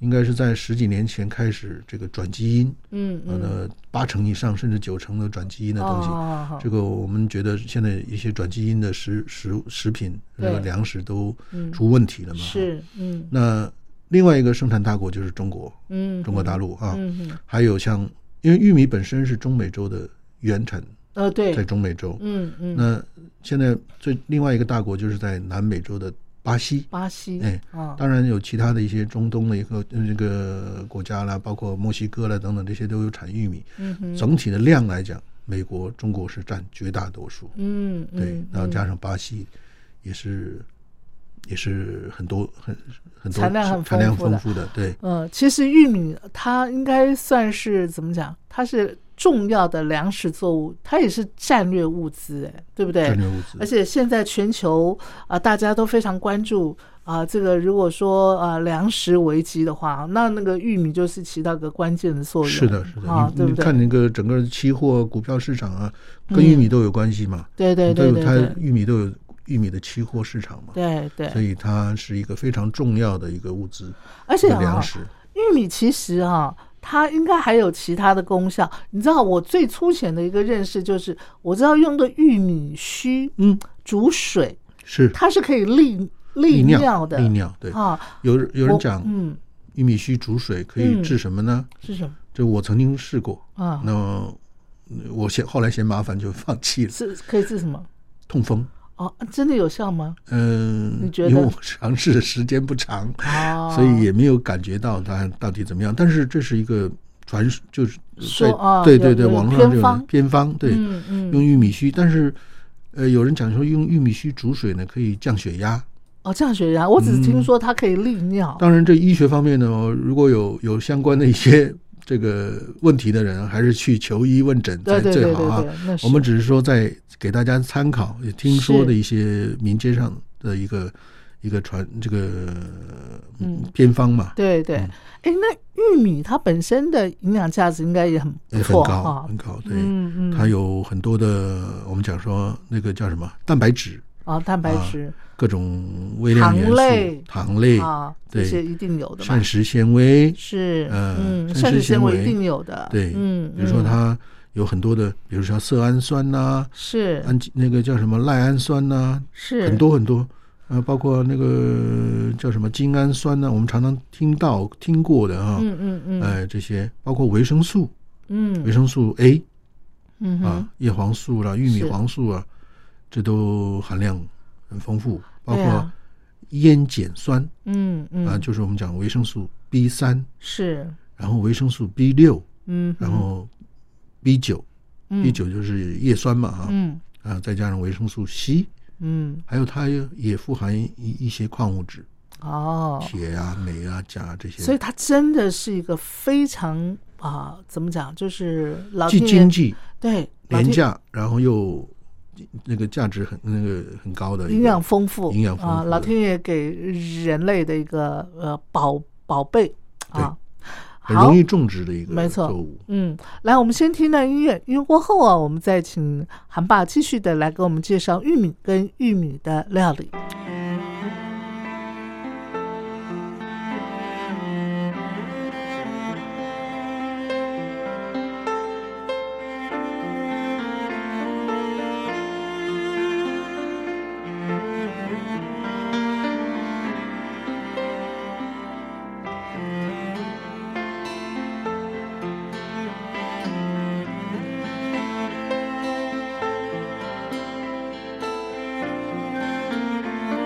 S4: 应该是在十几年前开始这个转基因，
S2: 嗯
S4: 呃，
S2: 嗯，
S4: 那八成以上甚至九成的转基因的东西。
S2: 哦
S4: 这个我们觉得现在一些转基因的食食食品、
S2: 对
S4: 那个粮食都
S2: 嗯
S4: 出问题了嘛？哈
S2: 是嗯
S4: 那另外一个生产大国就是中国，
S2: 嗯，
S4: 中国大陆啊，
S2: 嗯嗯
S4: 还有像因为玉米本身是中美洲的原产，
S2: 呃对
S4: 在，中美洲。
S2: 嗯嗯，
S4: 那现在最另外一个大国就是在南美洲的巴西，
S2: 巴西
S4: 哎
S2: 啊
S4: 当然有其他的一些中东的一个呃这个国家啦，包括墨西哥啦等等，这些都有产玉米。
S2: 嗯哼
S4: 总体的量来讲，美国、中国是占绝大多数。
S2: 嗯
S4: 对
S2: 嗯，
S4: 然后
S2: 嗯
S4: 加上巴西，也是也是很多很很多
S2: 产量很
S4: 产量
S2: 丰富的
S4: 丰富的，对，
S2: 呃，其实玉米它应该算是怎么讲？它是重要的粮食作物，它也是战略物资，哎，对不对？
S4: 战略物资
S2: 而。且现在全球啊、大家都非常关注啊、这个如果说啊、粮食危机的话，那那个玉米就是起到个关键的作用。
S4: 是的，是的，
S2: 啊，
S4: 你
S2: 对
S4: 你
S2: 不对嗯
S4: 看？那个整个期货、股票市场啊，跟玉米都有关系嘛，
S2: 对对
S4: 都
S2: 对
S4: 有
S2: 对
S4: 它
S2: 对
S4: 玉米都有玉米的期货市场嘛，
S2: 对
S4: 所
S2: 对，
S4: 以它是一个非常重要的一个物资，
S2: 而
S4: 一
S2: 且
S4: 个粮
S2: 啊，
S4: 食。
S2: 玉米其实啊，它应该还有其他的功效。你知道，我最粗浅的一个认识就是，我知道用个玉米须
S4: 嗯，
S2: 煮水，
S4: 是
S2: 它是可以利利
S4: 尿
S2: 的。
S4: 利尿，对。
S2: 啊，
S4: 有人有人
S2: 我
S4: 讲
S2: 嗯，
S4: 玉米须煮水可以
S2: 嗯
S4: 治什么呢？
S2: 是什么
S4: 这我曾经试过，
S2: 啊？
S4: 那么嗯我嫌后来嫌麻烦就放弃了。
S2: 是可以治什么？
S4: 痛风，
S2: 哦，真的有效
S4: [laughs]
S2: 吗？
S4: 嗯，
S2: 你觉得
S4: 因为我尝试的时间不长，
S2: 哦，
S4: 哎所以也没有感觉到它到底怎么样。但是这是一个传说，就是
S2: 说
S4: 在
S2: 啊
S4: 对
S2: 有
S4: 对对，
S2: 有
S4: 网络
S2: 偏
S4: 上这
S2: 方
S4: 种偏方，对，
S2: 嗯嗯，
S4: 用玉米须。但是，呃，有人讲说用玉米须煮水呢，可以降血压。
S2: 哦，降血压，我只是听说它可以利尿。
S4: 当然，这医学方面呢，如果有有相关的一些这个问题的人，还是去求医问诊才
S2: 对对
S4: 最
S2: 对对
S4: 好啊。
S2: 对，那是
S4: 我们只是说在给大家参考，也听说
S2: 是
S4: 的一些民间上的一个一个传这个
S2: 嗯
S4: 嗯偏方嘛，
S2: 对对，
S4: 嗯
S2: 哎，那玉米它本身的营养价值应该也很不
S4: 也很
S2: 错
S4: 高
S2: 哈
S4: 很。高，对，
S2: 嗯嗯，
S4: 它有很多的我们讲说那个叫什么蛋白质，
S2: 啊，蛋白
S4: 啊
S2: 质
S4: 各种微量
S2: 糖
S4: 元素、
S2: 类
S4: 糖类、
S2: 啊，这
S4: 对
S2: 些一定有的嘛
S4: 膳。食纤维，
S2: 是，
S4: 呃
S2: 嗯，
S4: 膳
S2: 膳食
S4: 食
S2: 纤
S4: 纤
S2: 维
S4: 维
S2: 一定有的。
S4: 对，
S2: 嗯，
S4: 比如说
S2: 嗯
S4: 它有很多的，比如说色氨酸呐、
S2: 是
S4: 氨基那个叫什么赖氨酸呐、
S2: 是
S4: 很多很多，呃，包括那个叫什么精氨酸呢、我们常常听到听过的啊，
S2: 嗯嗯嗯，
S4: 呃，这些包括维生素，维
S2: 嗯
S4: 生素 A
S2: 嗯哼
S4: 啊，叶黄素啦、玉米
S2: 是
S4: 黄素啊，这都含量很丰富，包
S2: 对
S4: 括
S2: 啊
S4: 烟碱酸
S2: 嗯嗯
S4: 啊，就是我们讲维生素 B 三，
S2: 是
S4: 然后维生素 B 六，
S2: 嗯哼，
S4: 然后 B 九，B
S2: 嗯
S4: 九就是叶酸嘛啊，
S2: 嗯
S4: 啊，再加上维生素 C，
S2: 嗯
S4: 还有它也富含一一些矿物质。
S2: 哦，
S4: 铁啊、镁啊、钾啊这些，
S2: 所以它真的是一个非常啊，怎么讲，就是老
S4: 既
S2: 天
S4: 经
S2: 爷
S4: 济、
S2: 对老
S4: 廉
S2: 天
S4: 价，然后又那个价值很那个很高的一个
S2: 营养丰富，
S4: 营养丰
S2: 啊，
S4: 富
S2: 老
S4: 的
S2: 天爷给人类的一个呃宝宝贝啊。
S4: 很
S2: 好
S4: 容易种植的一个
S2: 没错
S4: 作物。
S2: 嗯，来，我们先听段音乐，音乐过后啊，我们再请韩爸继续的来给我们介绍玉米跟玉米的料理。
S5: 啊，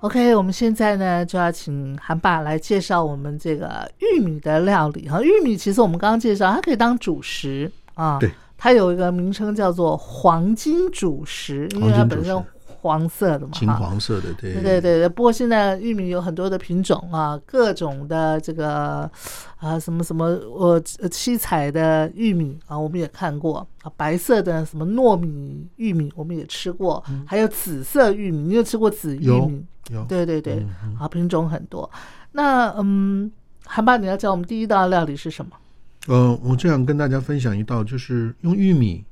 S2: OK，我们现在呢就要请韩爸来介绍我们这个玉米的料理哈。玉米其实我们刚刚介绍，它可以当主食啊。
S4: 对，
S2: 它有一个名称叫做黄金主食，因为它
S4: 黄金主
S2: 本身
S4: 食
S2: 黄色的嘛
S4: 金
S2: 哈。
S4: 黄色的，对
S2: 对对对对，不过现在玉米有很多的品种啊，各种的这个啊什么什么呃七彩的玉米啊，我们也看过啊，白色的什么糯米玉米我们也吃过，还有紫色玉米，你有吃过紫玉
S4: 嗯有
S2: 米？
S4: 有
S2: 对对对，
S4: 嗯
S2: 啊品种很多。那嗯，韩爸，你要教我们第一道料理是什么？
S4: 呃，我这样跟大家分享一道，就是用玉米，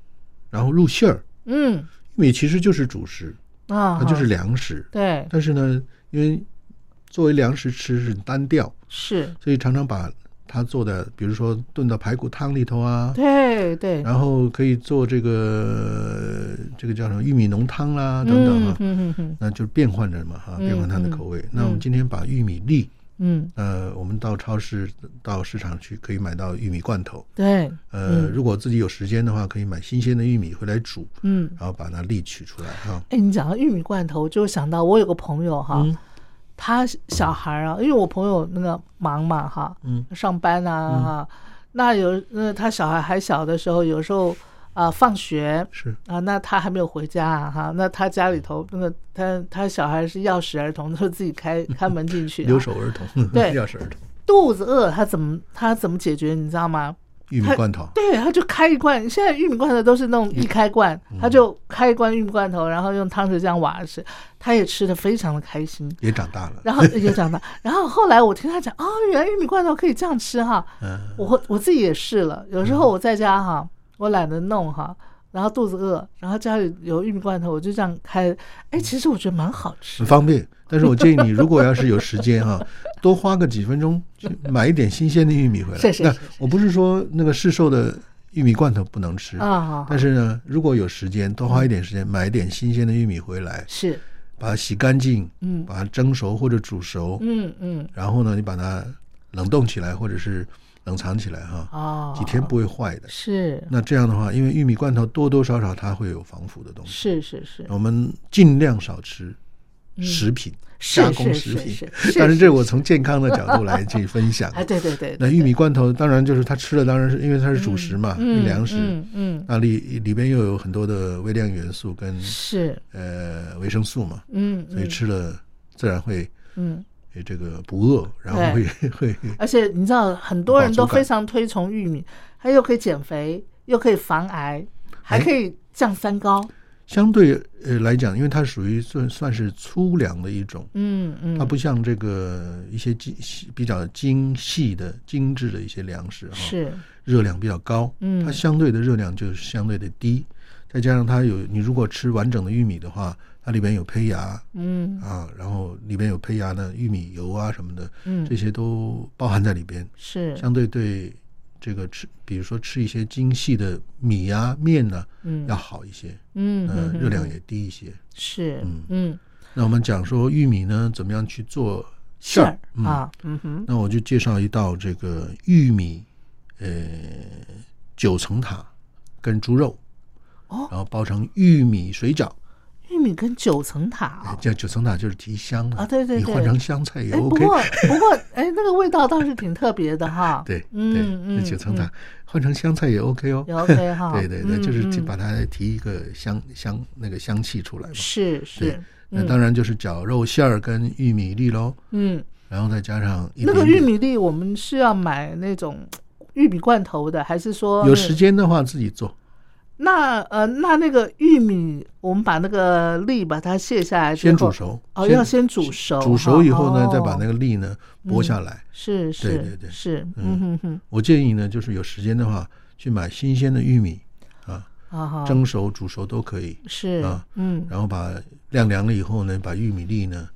S4: 然后入馅儿。
S2: 嗯
S4: 玉米其实就是主食，
S2: 啊，
S4: 它就是
S2: 好
S4: 粮食。
S2: 对
S4: 但是呢，因为作为粮食吃是很单调，
S2: 是，
S4: 所以常常把它做的，比如说炖到排骨汤里头啊，
S2: 对对，
S4: 然后可以做这个这个叫什么玉米浓汤啦、等等啊，
S2: 嗯嗯嗯
S4: 那就是变换着嘛哈，
S2: 嗯
S4: 变换它的口味。那我们今天把玉米粒，
S2: 嗯，
S4: 呃，我们到超市到市场去可以买到玉米罐头。
S2: 对，
S4: 呃，
S2: 嗯
S4: 如果自己有时间的话，可以买新鲜的玉米回来煮，
S2: 嗯。
S4: 然后把那粒取出来哈。
S2: 哎，你讲到玉米罐头，我就想到我有个朋友哈，
S4: 嗯
S2: 他小孩儿啊，因为我朋友那个忙嘛哈，
S4: 嗯，
S2: 上班啊哈，那有那他小孩还小的时候，有时候啊、放学
S4: 是
S2: 啊，那他还没有回家啊哈，那他家里头那个他他小孩是钥匙儿童，他自己开开门进去、
S4: 留，守儿童，
S2: 啊
S4: [laughs]
S2: 对
S4: 钥匙儿童，
S2: 肚子饿他怎么他怎么解决你知道吗？
S4: 玉米罐头，
S2: 对，他就开一罐，现在玉米罐头都是那种
S4: 嗯
S2: 一开罐，他就开一罐玉米罐头，然后用汤匙这样挖着吃，他也吃的非常的开心，
S4: 也长大了。
S2: 然后 [laughs] 也长大。然后后来我听他讲，哦，原来玉米罐头可以这样吃哈，
S4: 嗯，
S2: 我我自己也试了，有时候我在家哈，我懒得弄哈。然后肚子饿，然后家里有玉米罐头，我就这样开。哎，
S4: 嗯
S2: 其实我觉得蛮好吃
S4: 很。方便。但是我建议你，如果要是有时间哈、多花个几分钟去买一点新鲜的玉米回来。
S2: 是是
S4: 那
S2: 是是
S4: 我不是说那个市售的玉米罐头不能吃
S2: 啊
S4: 但是呢，如果有时间，多花一点时间买一点新鲜的玉米回来，
S2: 是，
S4: 把它洗干净，
S2: 嗯
S4: 把它蒸熟或者煮熟，
S2: 嗯嗯，
S4: 然后呢，你把它冷冻起来或者是冷藏起来哈、
S2: 哦，
S4: 几天不会坏的。
S2: 是
S4: 那这样的话，因为玉米罐头多多少少它会有防腐的东西，
S2: 是是是，
S4: 我们尽量少吃食品。
S2: 嗯是
S4: 加工
S2: 是
S4: 食品
S2: 是是是
S4: [laughs] 但是这我从健康的角
S2: [laughs]
S4: 度来去分享。
S2: 哎，对对对，
S4: 那玉米罐头当然就是它吃了，当然是因为它是主食嘛，
S2: 嗯
S4: 粮食，
S2: 嗯嗯
S4: 那里里边又有很多的微量元素跟
S2: 是，
S4: 呃维生素嘛，
S2: 嗯
S4: 所以
S2: 嗯
S4: 吃了自然会
S2: 嗯，
S4: 呃这个不饿，然后会 [laughs] 会
S2: 而且你知道，很多人
S4: 饱足
S2: 都
S4: 感
S2: 非常推崇玉米，它又可以减肥，又可以防癌，还
S4: 哎
S2: 可以降三高。
S4: 相对呃来讲，因为它属于算算是粗粮的一种。
S2: 嗯嗯，
S4: 它不像这个一些精比较精细的、精致的一些粮食啊哈，
S2: 是，
S4: 热量比较高，
S2: 嗯
S4: 它相对的热量就是相对的低，再加上它有你如果吃完整的玉米的话，它里边有胚芽
S2: 嗯
S4: 啊，然后里边有胚芽的玉米油啊什么的，
S2: 嗯
S4: 这些都包含在里边，
S2: 是，
S4: 相对对这个吃，比如说吃一些精细的米啊面呢、
S2: 嗯
S4: 要好一些，
S2: 嗯
S4: 呃，
S2: 嗯
S4: 热量
S2: 嗯
S4: 也低一些。
S2: 是，
S4: 嗯
S2: 嗯
S4: 那我们讲说玉米呢，怎么样去做馅
S2: 馅
S4: 儿
S2: 儿？啊，嗯哼，
S4: 那我就介绍一道这个玉米，呃，九层塔跟猪肉，
S2: 哦
S4: 然后包成玉米水饺，
S2: 玉米跟九层塔
S4: 哎
S2: 啊。
S4: 这九层塔就是提香的
S2: 啊对对对
S4: 你换成香菜也
S2: 哎，不
S4: OK。。
S2: 过 [laughs] 不过，哎，那个味道倒是挺特别的哈
S4: 对对，
S2: 嗯
S4: 那
S2: 嗯，
S4: 九层
S2: 嗯
S4: 塔换成香菜也 OK 哦
S2: 也。OK 哈。
S4: 对对对，
S2: 嗯
S4: 就是提
S2: 嗯
S4: 把它提一个香香那个香气出来嘛。
S2: 是是，
S4: 那
S2: 嗯
S4: 当然就是绞肉馅儿跟玉米粒喽，
S2: 嗯，
S4: 然后再加上一
S2: 那个
S4: 点
S2: 玉
S4: 点。
S2: 米粒我们是要买那种玉米罐头的，还是说
S4: 有
S2: 那
S4: 时？间的话自己做，
S2: 那呃，那那个玉米，我们把那个粒把它卸下来之
S4: 先
S2: 后，
S4: 煮熟
S2: 哦，要先煮熟，
S4: 煮熟以后呢，
S2: 哦
S4: 再把那个粒呢
S2: 嗯
S4: 剥下来。
S2: 是是
S4: 对对对
S2: 是，嗯
S4: 嗯
S2: 哼哼，
S4: 我建议呢，就是有时间的话，去买新鲜的玉米啊，
S2: 啊哈，
S4: 蒸熟、煮熟都可以。
S2: 是
S4: 啊
S2: 嗯
S4: 然后把晾凉了以后呢，把玉米粒呢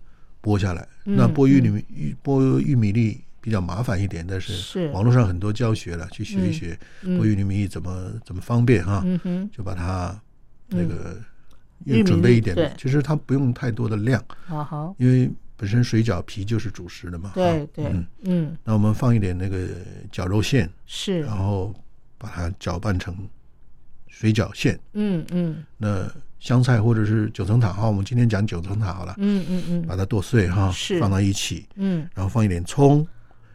S4: 剥下来。
S2: 嗯
S4: 那剥玉米玉剥玉米粒比较麻烦一点，但
S2: 是
S4: 是网络上很多教学了，去学一学
S2: 嗯
S4: 剥玉米粒怎么怎么方便哈，
S2: 嗯哼
S4: 就把它那个
S2: 玉米粒
S4: 又准备一点
S2: 对。
S4: 其实它不用太多的量，
S2: 啊哈，
S4: 因为本身水饺皮就是主食的嘛。
S2: 对
S4: 啊
S2: 对
S4: 嗯，
S2: 嗯
S4: 那我们放一点那个绞肉馅，
S2: 是
S4: 然后把它搅拌成水饺馅。
S2: 嗯嗯
S4: 那香菜或者是九层塔哈，我们今天讲九层塔好了，
S2: 嗯嗯嗯，
S4: 把它剁碎哈，
S2: 是
S4: 放到一起，
S2: 嗯
S4: 然后放一点葱，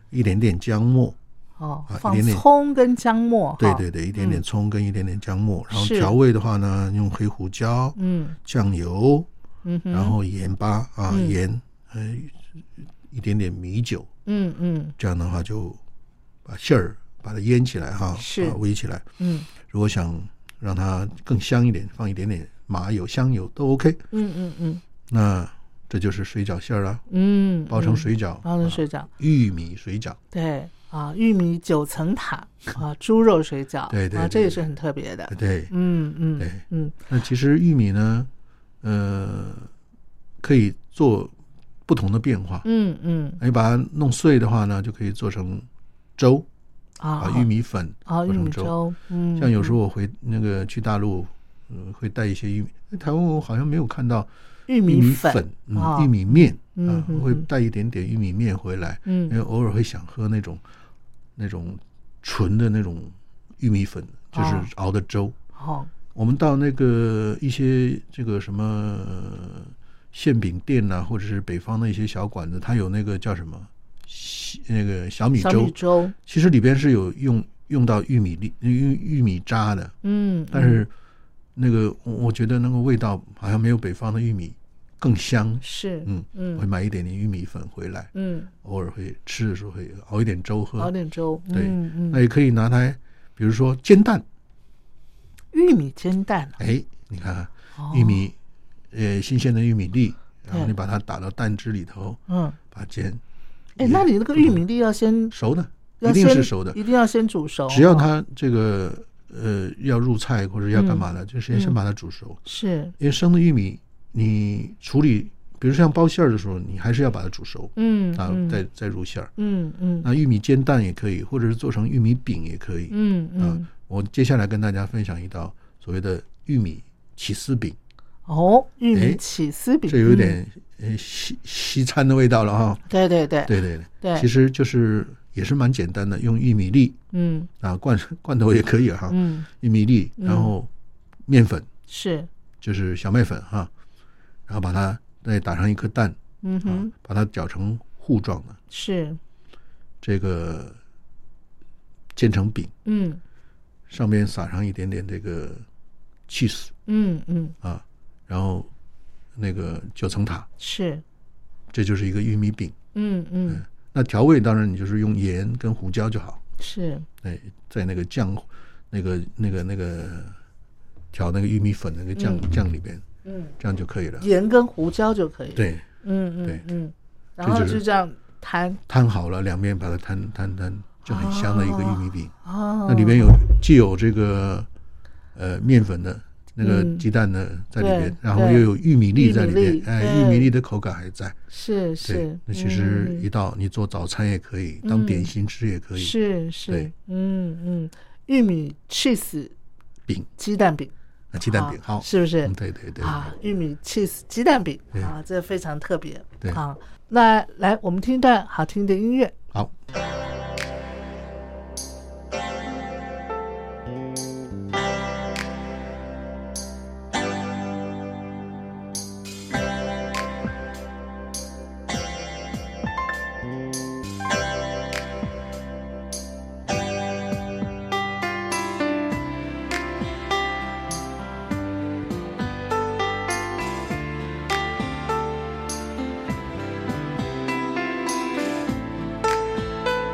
S4: 一点点姜末，
S2: 哦
S4: 啊，
S2: 放
S4: 一点点
S2: 葱跟姜末，
S4: 对
S2: 哈
S4: 对，对，一点点葱跟一点点姜末，然后
S2: 是
S4: 调味的话呢，用黑胡椒、
S2: 嗯
S4: 酱油，
S2: 嗯哼
S4: 然后盐巴啊，
S2: 嗯
S4: 盐，呃，一点点米酒，
S2: 嗯嗯
S4: 这样的话就把馅儿把它腌起来哈，
S2: 是
S4: 啊煨起来。
S2: 嗯
S4: 如果想让它更香一点，放一点点麻油、香油都 OK。
S2: 嗯嗯嗯
S4: 那这就是水饺馅儿啦，
S2: 嗯，
S4: 包成
S2: 嗯，
S4: 水饺，
S2: 包成水
S4: 啊
S2: 饺，
S4: 玉米水饺，
S2: 对啊，玉米九层
S4: [laughs]
S2: 塔啊，猪肉水饺，
S4: 对对
S2: 啊，
S4: 对
S2: 这也是很特别的
S4: 对，对。
S2: 嗯嗯
S4: 对
S2: 嗯
S4: 那其实玉米呢，呃，可以做不同的变化。
S2: 嗯嗯
S4: 你把它弄碎的话呢，就可以做成粥，把
S2: 啊，
S4: 玉米粉
S2: 啊，
S4: 做
S2: 玉米
S4: 成粥。
S2: 粥，嗯，
S4: 像有
S2: 嗯
S4: 时候我回那个去大陆，呃，会带一些玉米。哎台湾我好像没有看到
S2: 玉
S4: 玉
S2: 米
S4: 米
S2: 粉，
S4: 粉，
S2: 啊
S4: 嗯，玉米面
S2: 嗯
S4: 啊
S2: 嗯，
S4: 会
S2: 嗯
S4: 带一点点玉米面回来，因为
S2: 嗯，
S4: 偶尔会想喝那种那种纯的那种玉米粉，就是
S2: 哦
S4: 熬的粥。
S2: 好，
S4: 我们到那个一些这个什么呃馅饼店呐、或者是北方的一些小馆子，它有那个叫什么西那个小米
S2: 小
S4: 粥，
S2: 米粥，
S4: 其实里边是有用用到玉米粒、玉玉米渣的，
S2: 嗯，
S4: 但
S2: 嗯
S4: 是那个我我觉得那个味道好像没有北方的玉米更香。
S2: 是，
S4: 嗯，会
S2: 嗯
S4: 买一点点玉米粉回来，
S2: 嗯，
S4: 偶尔会吃的时候会熬一点粥喝。
S2: 熬点粥，
S4: 对
S2: 嗯
S4: 那
S2: 嗯，
S4: 也可以拿来，比如说煎蛋，
S2: 玉米煎蛋啊，
S4: 哎，你看看。
S2: 哦
S4: 玉，米，呃，新鲜的玉米粒，然后
S2: 对
S4: 你把它打到蛋汁里头，
S2: 嗯，
S4: 把它煎
S2: 哎，那你那个玉米粒要先，
S4: 熟的，
S2: 要
S4: 一定是
S2: 先
S4: 熟的
S2: 一。定要先煮熟，
S4: 只要
S2: 哦
S4: 它这个呃要入菜或者要干嘛的，就先先
S2: 嗯
S4: 把它煮熟。
S2: 是，
S4: 因为生的玉米，你处理，比如像包馅儿的时候，你还是要把它煮熟，
S2: 嗯，
S4: 啊
S2: 嗯，
S4: 再再入馅儿。
S2: 嗯嗯
S4: 那玉米煎蛋也可以，或者是做成玉米饼也可以。
S2: 嗯嗯，
S4: 我接下来跟大家分享一道所谓的玉米起司饼，
S2: 哦，玉米
S4: 哎
S2: 起司饼，
S4: 这有
S2: 嗯，
S4: 点呃西西餐的味道了哈。
S2: 对对对，
S4: 对对对，
S2: 对
S4: 其实就是也是蛮简单的，用玉米粒
S2: 嗯
S4: 啊罐 [laughs] 罐头也可以哈，
S2: 嗯
S4: 玉米粒，
S2: 嗯
S4: 然后面粉
S2: 是，
S4: 就是小麦粉哈，然后把它再打上一颗蛋，
S2: 嗯
S4: 啊
S2: 哼，
S4: 把它搅成糊状的，
S2: 是，
S4: 这个煎成饼，
S2: 嗯
S4: 上面撒上一点点这个 cheese
S2: 嗯嗯
S4: 啊，然后那个九层塔，
S2: 是，
S4: 这就是一个玉米饼。
S2: 嗯嗯
S4: 那调味当然你就是用盐跟胡椒就好。
S2: 是，
S4: 哎，在那个酱，那个那个那个调那个玉米粉那个酱、
S2: 嗯
S4: 酱里边，
S2: 嗯，
S4: 这样就可以了。
S2: 盐跟胡椒就可以，，
S4: 对，
S2: 嗯
S4: 对
S2: 嗯嗯，然
S4: 这
S2: 后
S4: 就是
S2: 就这样摊，
S4: 摊好了，两边把它摊摊摊，就很香的一个玉米饼。
S2: 哦，
S4: 那里边有既有这个呃面粉的。那个
S2: 嗯
S4: 鸡蛋呢，在里边
S2: 对，
S4: 然后
S2: 对
S4: 又有玉米粒在里
S2: 玉米粒
S4: 边，哎，
S2: 对
S4: 玉米粒的口感还在。
S2: 是是
S4: 对，，那其实
S2: 嗯
S4: 一道你做早餐也可以，
S2: 嗯
S4: 当点心吃也可以。
S2: 是是
S4: 对，
S2: 嗯嗯，玉米 cheese
S4: 饼，
S2: 鸡蛋饼，
S4: 啊，鸡蛋饼
S2: 啊
S4: 好，
S2: 是不是
S4: 嗯？对对对，
S2: 啊，玉米 cheese 鸡蛋饼
S4: 对
S2: 啊，这非常特别
S4: 对
S2: 啊。那来，我们听一段好听的音乐。
S4: 好。
S5: 啊，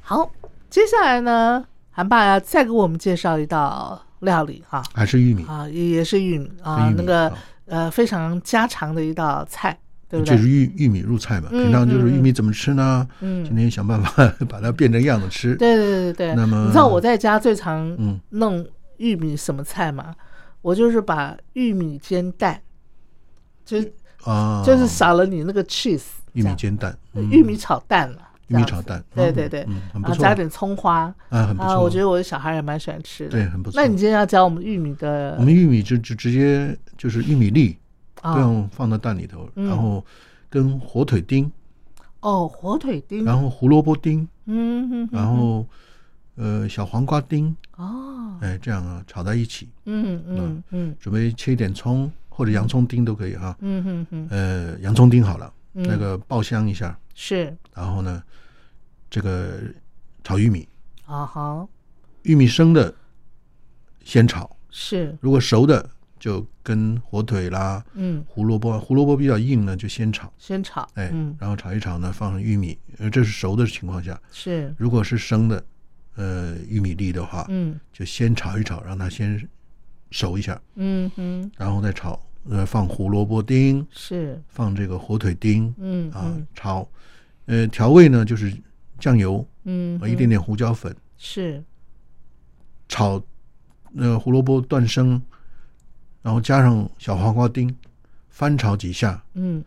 S2: 好，接下来呢，韩爸要再给我们介绍一道料理哈
S4: 还是玉米，
S2: 啊，也也是玉米
S4: 玉
S2: 啊，
S4: 米
S2: 那个
S4: 啊
S2: 呃非常家常的一道菜，对不对？
S4: 就是玉玉米入菜嘛。
S2: 嗯
S4: 平常就是玉米怎么吃呢？
S2: 嗯
S4: 今天想办法 [laughs] 把它变成样子吃。
S2: 对对对对，
S4: 那么
S2: 你知道我在家最常
S4: 嗯
S2: 弄玉米什么菜吗？我就是把玉米煎蛋，就
S4: 啊，
S2: 就是少了你那个 cheese，
S4: 玉
S2: 这
S4: 米
S2: 样
S4: 煎蛋，嗯
S2: 玉米炒蛋了，
S4: 玉米
S2: 这样
S4: 炒
S2: 子
S4: 蛋，
S2: 对
S4: 嗯
S2: 对对
S4: 嗯，很
S2: 然
S4: 不
S2: 后
S4: 错
S2: 加点葱花
S4: 啊，很不
S2: 啊，
S4: 错。
S2: 我觉得我的小孩也蛮喜欢吃的，
S4: 对很不错
S2: 那你今天要教我们玉米的，
S4: 我们玉米就就直接就是玉米粒，
S2: 啊
S4: 这样放到蛋里头，
S2: 嗯
S4: 然后跟火腿丁，
S2: 哦火腿丁，
S4: 然后胡萝卜丁，
S2: 嗯哼哼
S4: 然后呃小黄瓜丁，
S2: 哦
S4: 哎，这样啊炒在一起，
S2: 嗯嗯嗯
S4: 准备切一点葱或者洋葱丁都可以哈。
S2: 嗯哼哼
S4: 呃，洋葱丁好了，
S2: 嗯
S4: 那个爆香一下，
S2: 是
S4: 然后呢，这个炒玉米，
S2: 啊好
S4: 玉米生的先炒，
S2: 是
S4: 如果熟的就跟火腿啦、
S2: 嗯
S4: 胡萝卜，胡萝卜比较硬呢，就先炒。
S2: 先炒
S4: 哎，
S2: 嗯
S4: 然后炒一炒呢，放上玉米，呃，这是熟的情况下，
S2: 是
S4: 如果是生的，呃，玉米粒的话，
S2: 嗯
S4: 就先炒一炒，让它先熟一下，
S2: 嗯哼
S4: 然后再炒，呃，放胡萝卜丁，
S2: 是
S4: 放这个火腿丁
S2: 嗯
S4: 啊
S2: 嗯，
S4: 炒，呃，调味呢就是酱油，
S2: 嗯
S4: 呃一点
S2: 哼
S4: 点胡椒粉，
S2: 是
S4: 炒，呃，胡萝卜断生，然后加上小黄瓜丁，翻炒几下，
S2: 嗯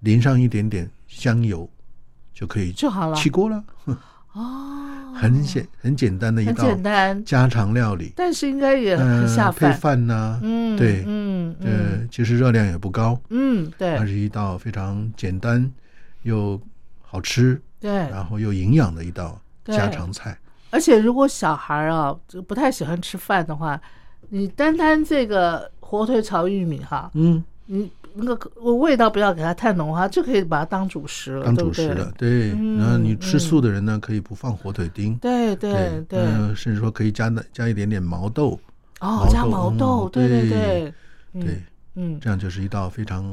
S4: 淋上一点点香油，就可以
S2: 就好了
S4: 起锅了。
S2: 哦
S4: 很简很简单的一
S2: 很
S4: 道
S2: 简单，
S4: 家常料理，
S2: 但是应该也很
S4: 嗯，
S2: 下
S4: 配
S2: 饭。
S4: 饭呐，
S2: 嗯，
S4: 对
S2: 嗯嗯
S4: 呃，其实热量也不高，
S2: 嗯，
S4: 它
S2: 对
S4: 是一道非常简单又好吃，
S2: 对，
S4: 然后又营养的一道
S2: 对
S4: 家常菜。
S2: 而且如果小孩儿啊就不太喜欢吃饭的话，你单单这个火腿炒玉米哈，
S4: 嗯，
S2: 你那个味道不要给它太浓哈，就可以把它当主食了，
S4: 当主食
S2: 对不对
S4: 了，？对。
S2: 嗯
S4: 然后你吃
S2: 嗯
S4: 素的人呢，可以不放火腿丁，
S2: 对对嗯对，
S4: 呃甚至说可以加的加一点点毛豆，
S2: 哦，加毛
S4: 毛
S2: 豆，
S4: 豆
S2: 对对
S4: 嗯
S2: 对，嗯
S4: 对，
S2: 嗯，
S4: 这样就是一道非常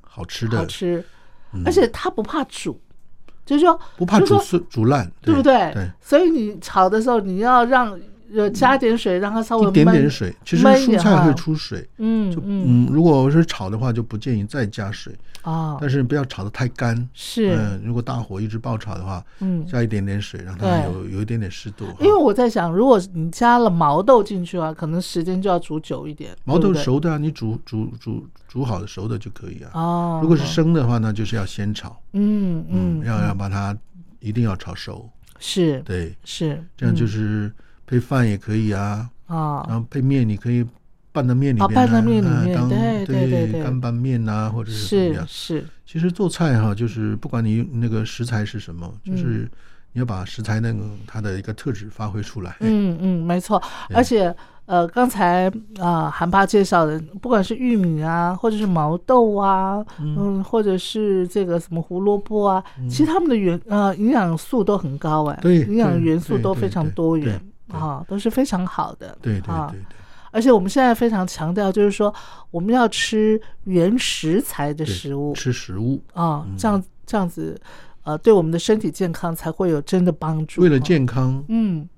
S4: 好吃
S2: 好
S4: 的，
S2: 吃，
S4: 嗯
S2: 而且它不怕煮，就是说
S4: 不怕
S2: 就
S4: 煮
S2: 说
S4: 碎煮烂，
S2: 对不
S4: 对？
S2: 对？所以你炒的时候，你要让呃加点水，让它稍微
S4: 一点点
S2: 焖，
S4: 水，其实
S2: 焖一
S4: 蔬
S2: 下
S4: 菜会出水，
S2: 嗯
S4: 就
S2: 嗯
S4: 嗯，如果是炒的话，就不建议再加水，
S2: 啊，
S4: 但是不要炒得太干。
S2: 是
S4: 嗯，如果大火一直爆炒的话，
S2: 嗯。
S4: 加一点点水，让它
S2: 对
S4: 有有一点点湿度哈。
S2: 因为我在想，如果你加了毛豆进去啊，可能时间就要煮久一点。
S4: 毛
S2: 对
S4: 豆
S2: 不对
S4: 熟的啊，你煮煮煮煮好的熟的就可以啊。
S2: 哦，
S4: 如果是生的话呢，就是要先炒，
S2: 嗯嗯，
S4: 要要把它一定要炒熟，
S2: 是
S4: 对，
S2: 是，
S4: 这样就
S2: 嗯
S4: 是配饭也可以啊，
S2: 啊，
S4: 然后配面你可以拌到面里
S2: 啊
S4: 边啊，
S2: 拌到面里
S4: 啊
S2: 面
S4: 当
S2: 对对对对
S4: 干拌面啊，或者是怎么
S2: 是
S4: 样，
S2: 是，
S4: 其实做菜哈、就是不管你那个食材是什么，
S2: 嗯
S4: 就是你要把食材那个它的一个特质发挥出来。
S2: 嗯嗯，没错，
S4: 哎
S2: 而且。呃，刚才啊、呃韩爸介绍的，不管是玉米啊，或者是毛豆啊，嗯，或者是这个什么胡萝卜啊，其实它们的元呃营养素都很高哎，
S4: 嗯对
S2: 营养
S4: 对
S2: 元素
S4: 对
S2: 都
S4: 对
S2: 非常
S4: 对
S2: 多
S4: 对
S2: 元
S4: 对
S2: 啊，都是非常好的。
S4: 对对
S2: 啊
S4: 对对，
S2: 而且我们现在非常强调，就是说我们要吃原食材的
S4: 对
S2: 食物
S4: 吃嗯食物，
S2: 啊、这样这样子，呃，对我们的身体健康才会有真的帮助。
S4: 为了
S2: 啊
S4: 健康，
S2: 嗯，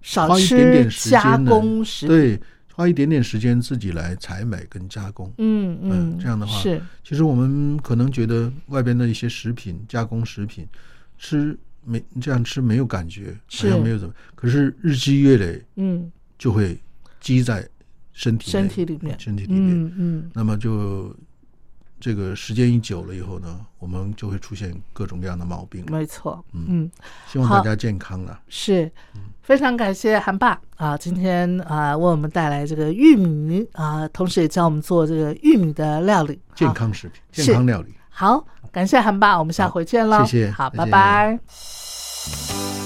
S2: 少
S4: 花一点
S2: 吃
S4: 点时间
S2: 加
S4: 呢
S2: 工食品，
S4: 对，花一点点时间自己来采买跟加工。
S2: 嗯嗯
S4: 嗯，这样的话
S2: 是
S4: 其实我们可能觉得外边的一些食品、加工食品，吃没这样吃没有感觉，好
S2: 是
S4: 像没有怎么，可是日积月累
S2: 嗯
S4: 就会积在身体内
S2: 身体里面
S4: 身体里面。
S2: 嗯嗯
S4: 那么就这个时间一久了以后呢，我们就会出现各种各样的毛病了。
S2: 没错，嗯
S4: 希望大家健康了。
S2: 是。
S4: 嗯
S2: 非常感谢韩爸啊，今天啊为我们带来这个玉米啊，同时也教我们做这个玉米的料理。
S4: 健
S2: 啊
S4: 康食品、
S2: 是
S4: 健康料理。
S2: 好，感谢韩爸，我们下回见喽。
S4: 谢谢
S2: 好，
S4: 再
S2: 拜
S4: 见
S2: 拜。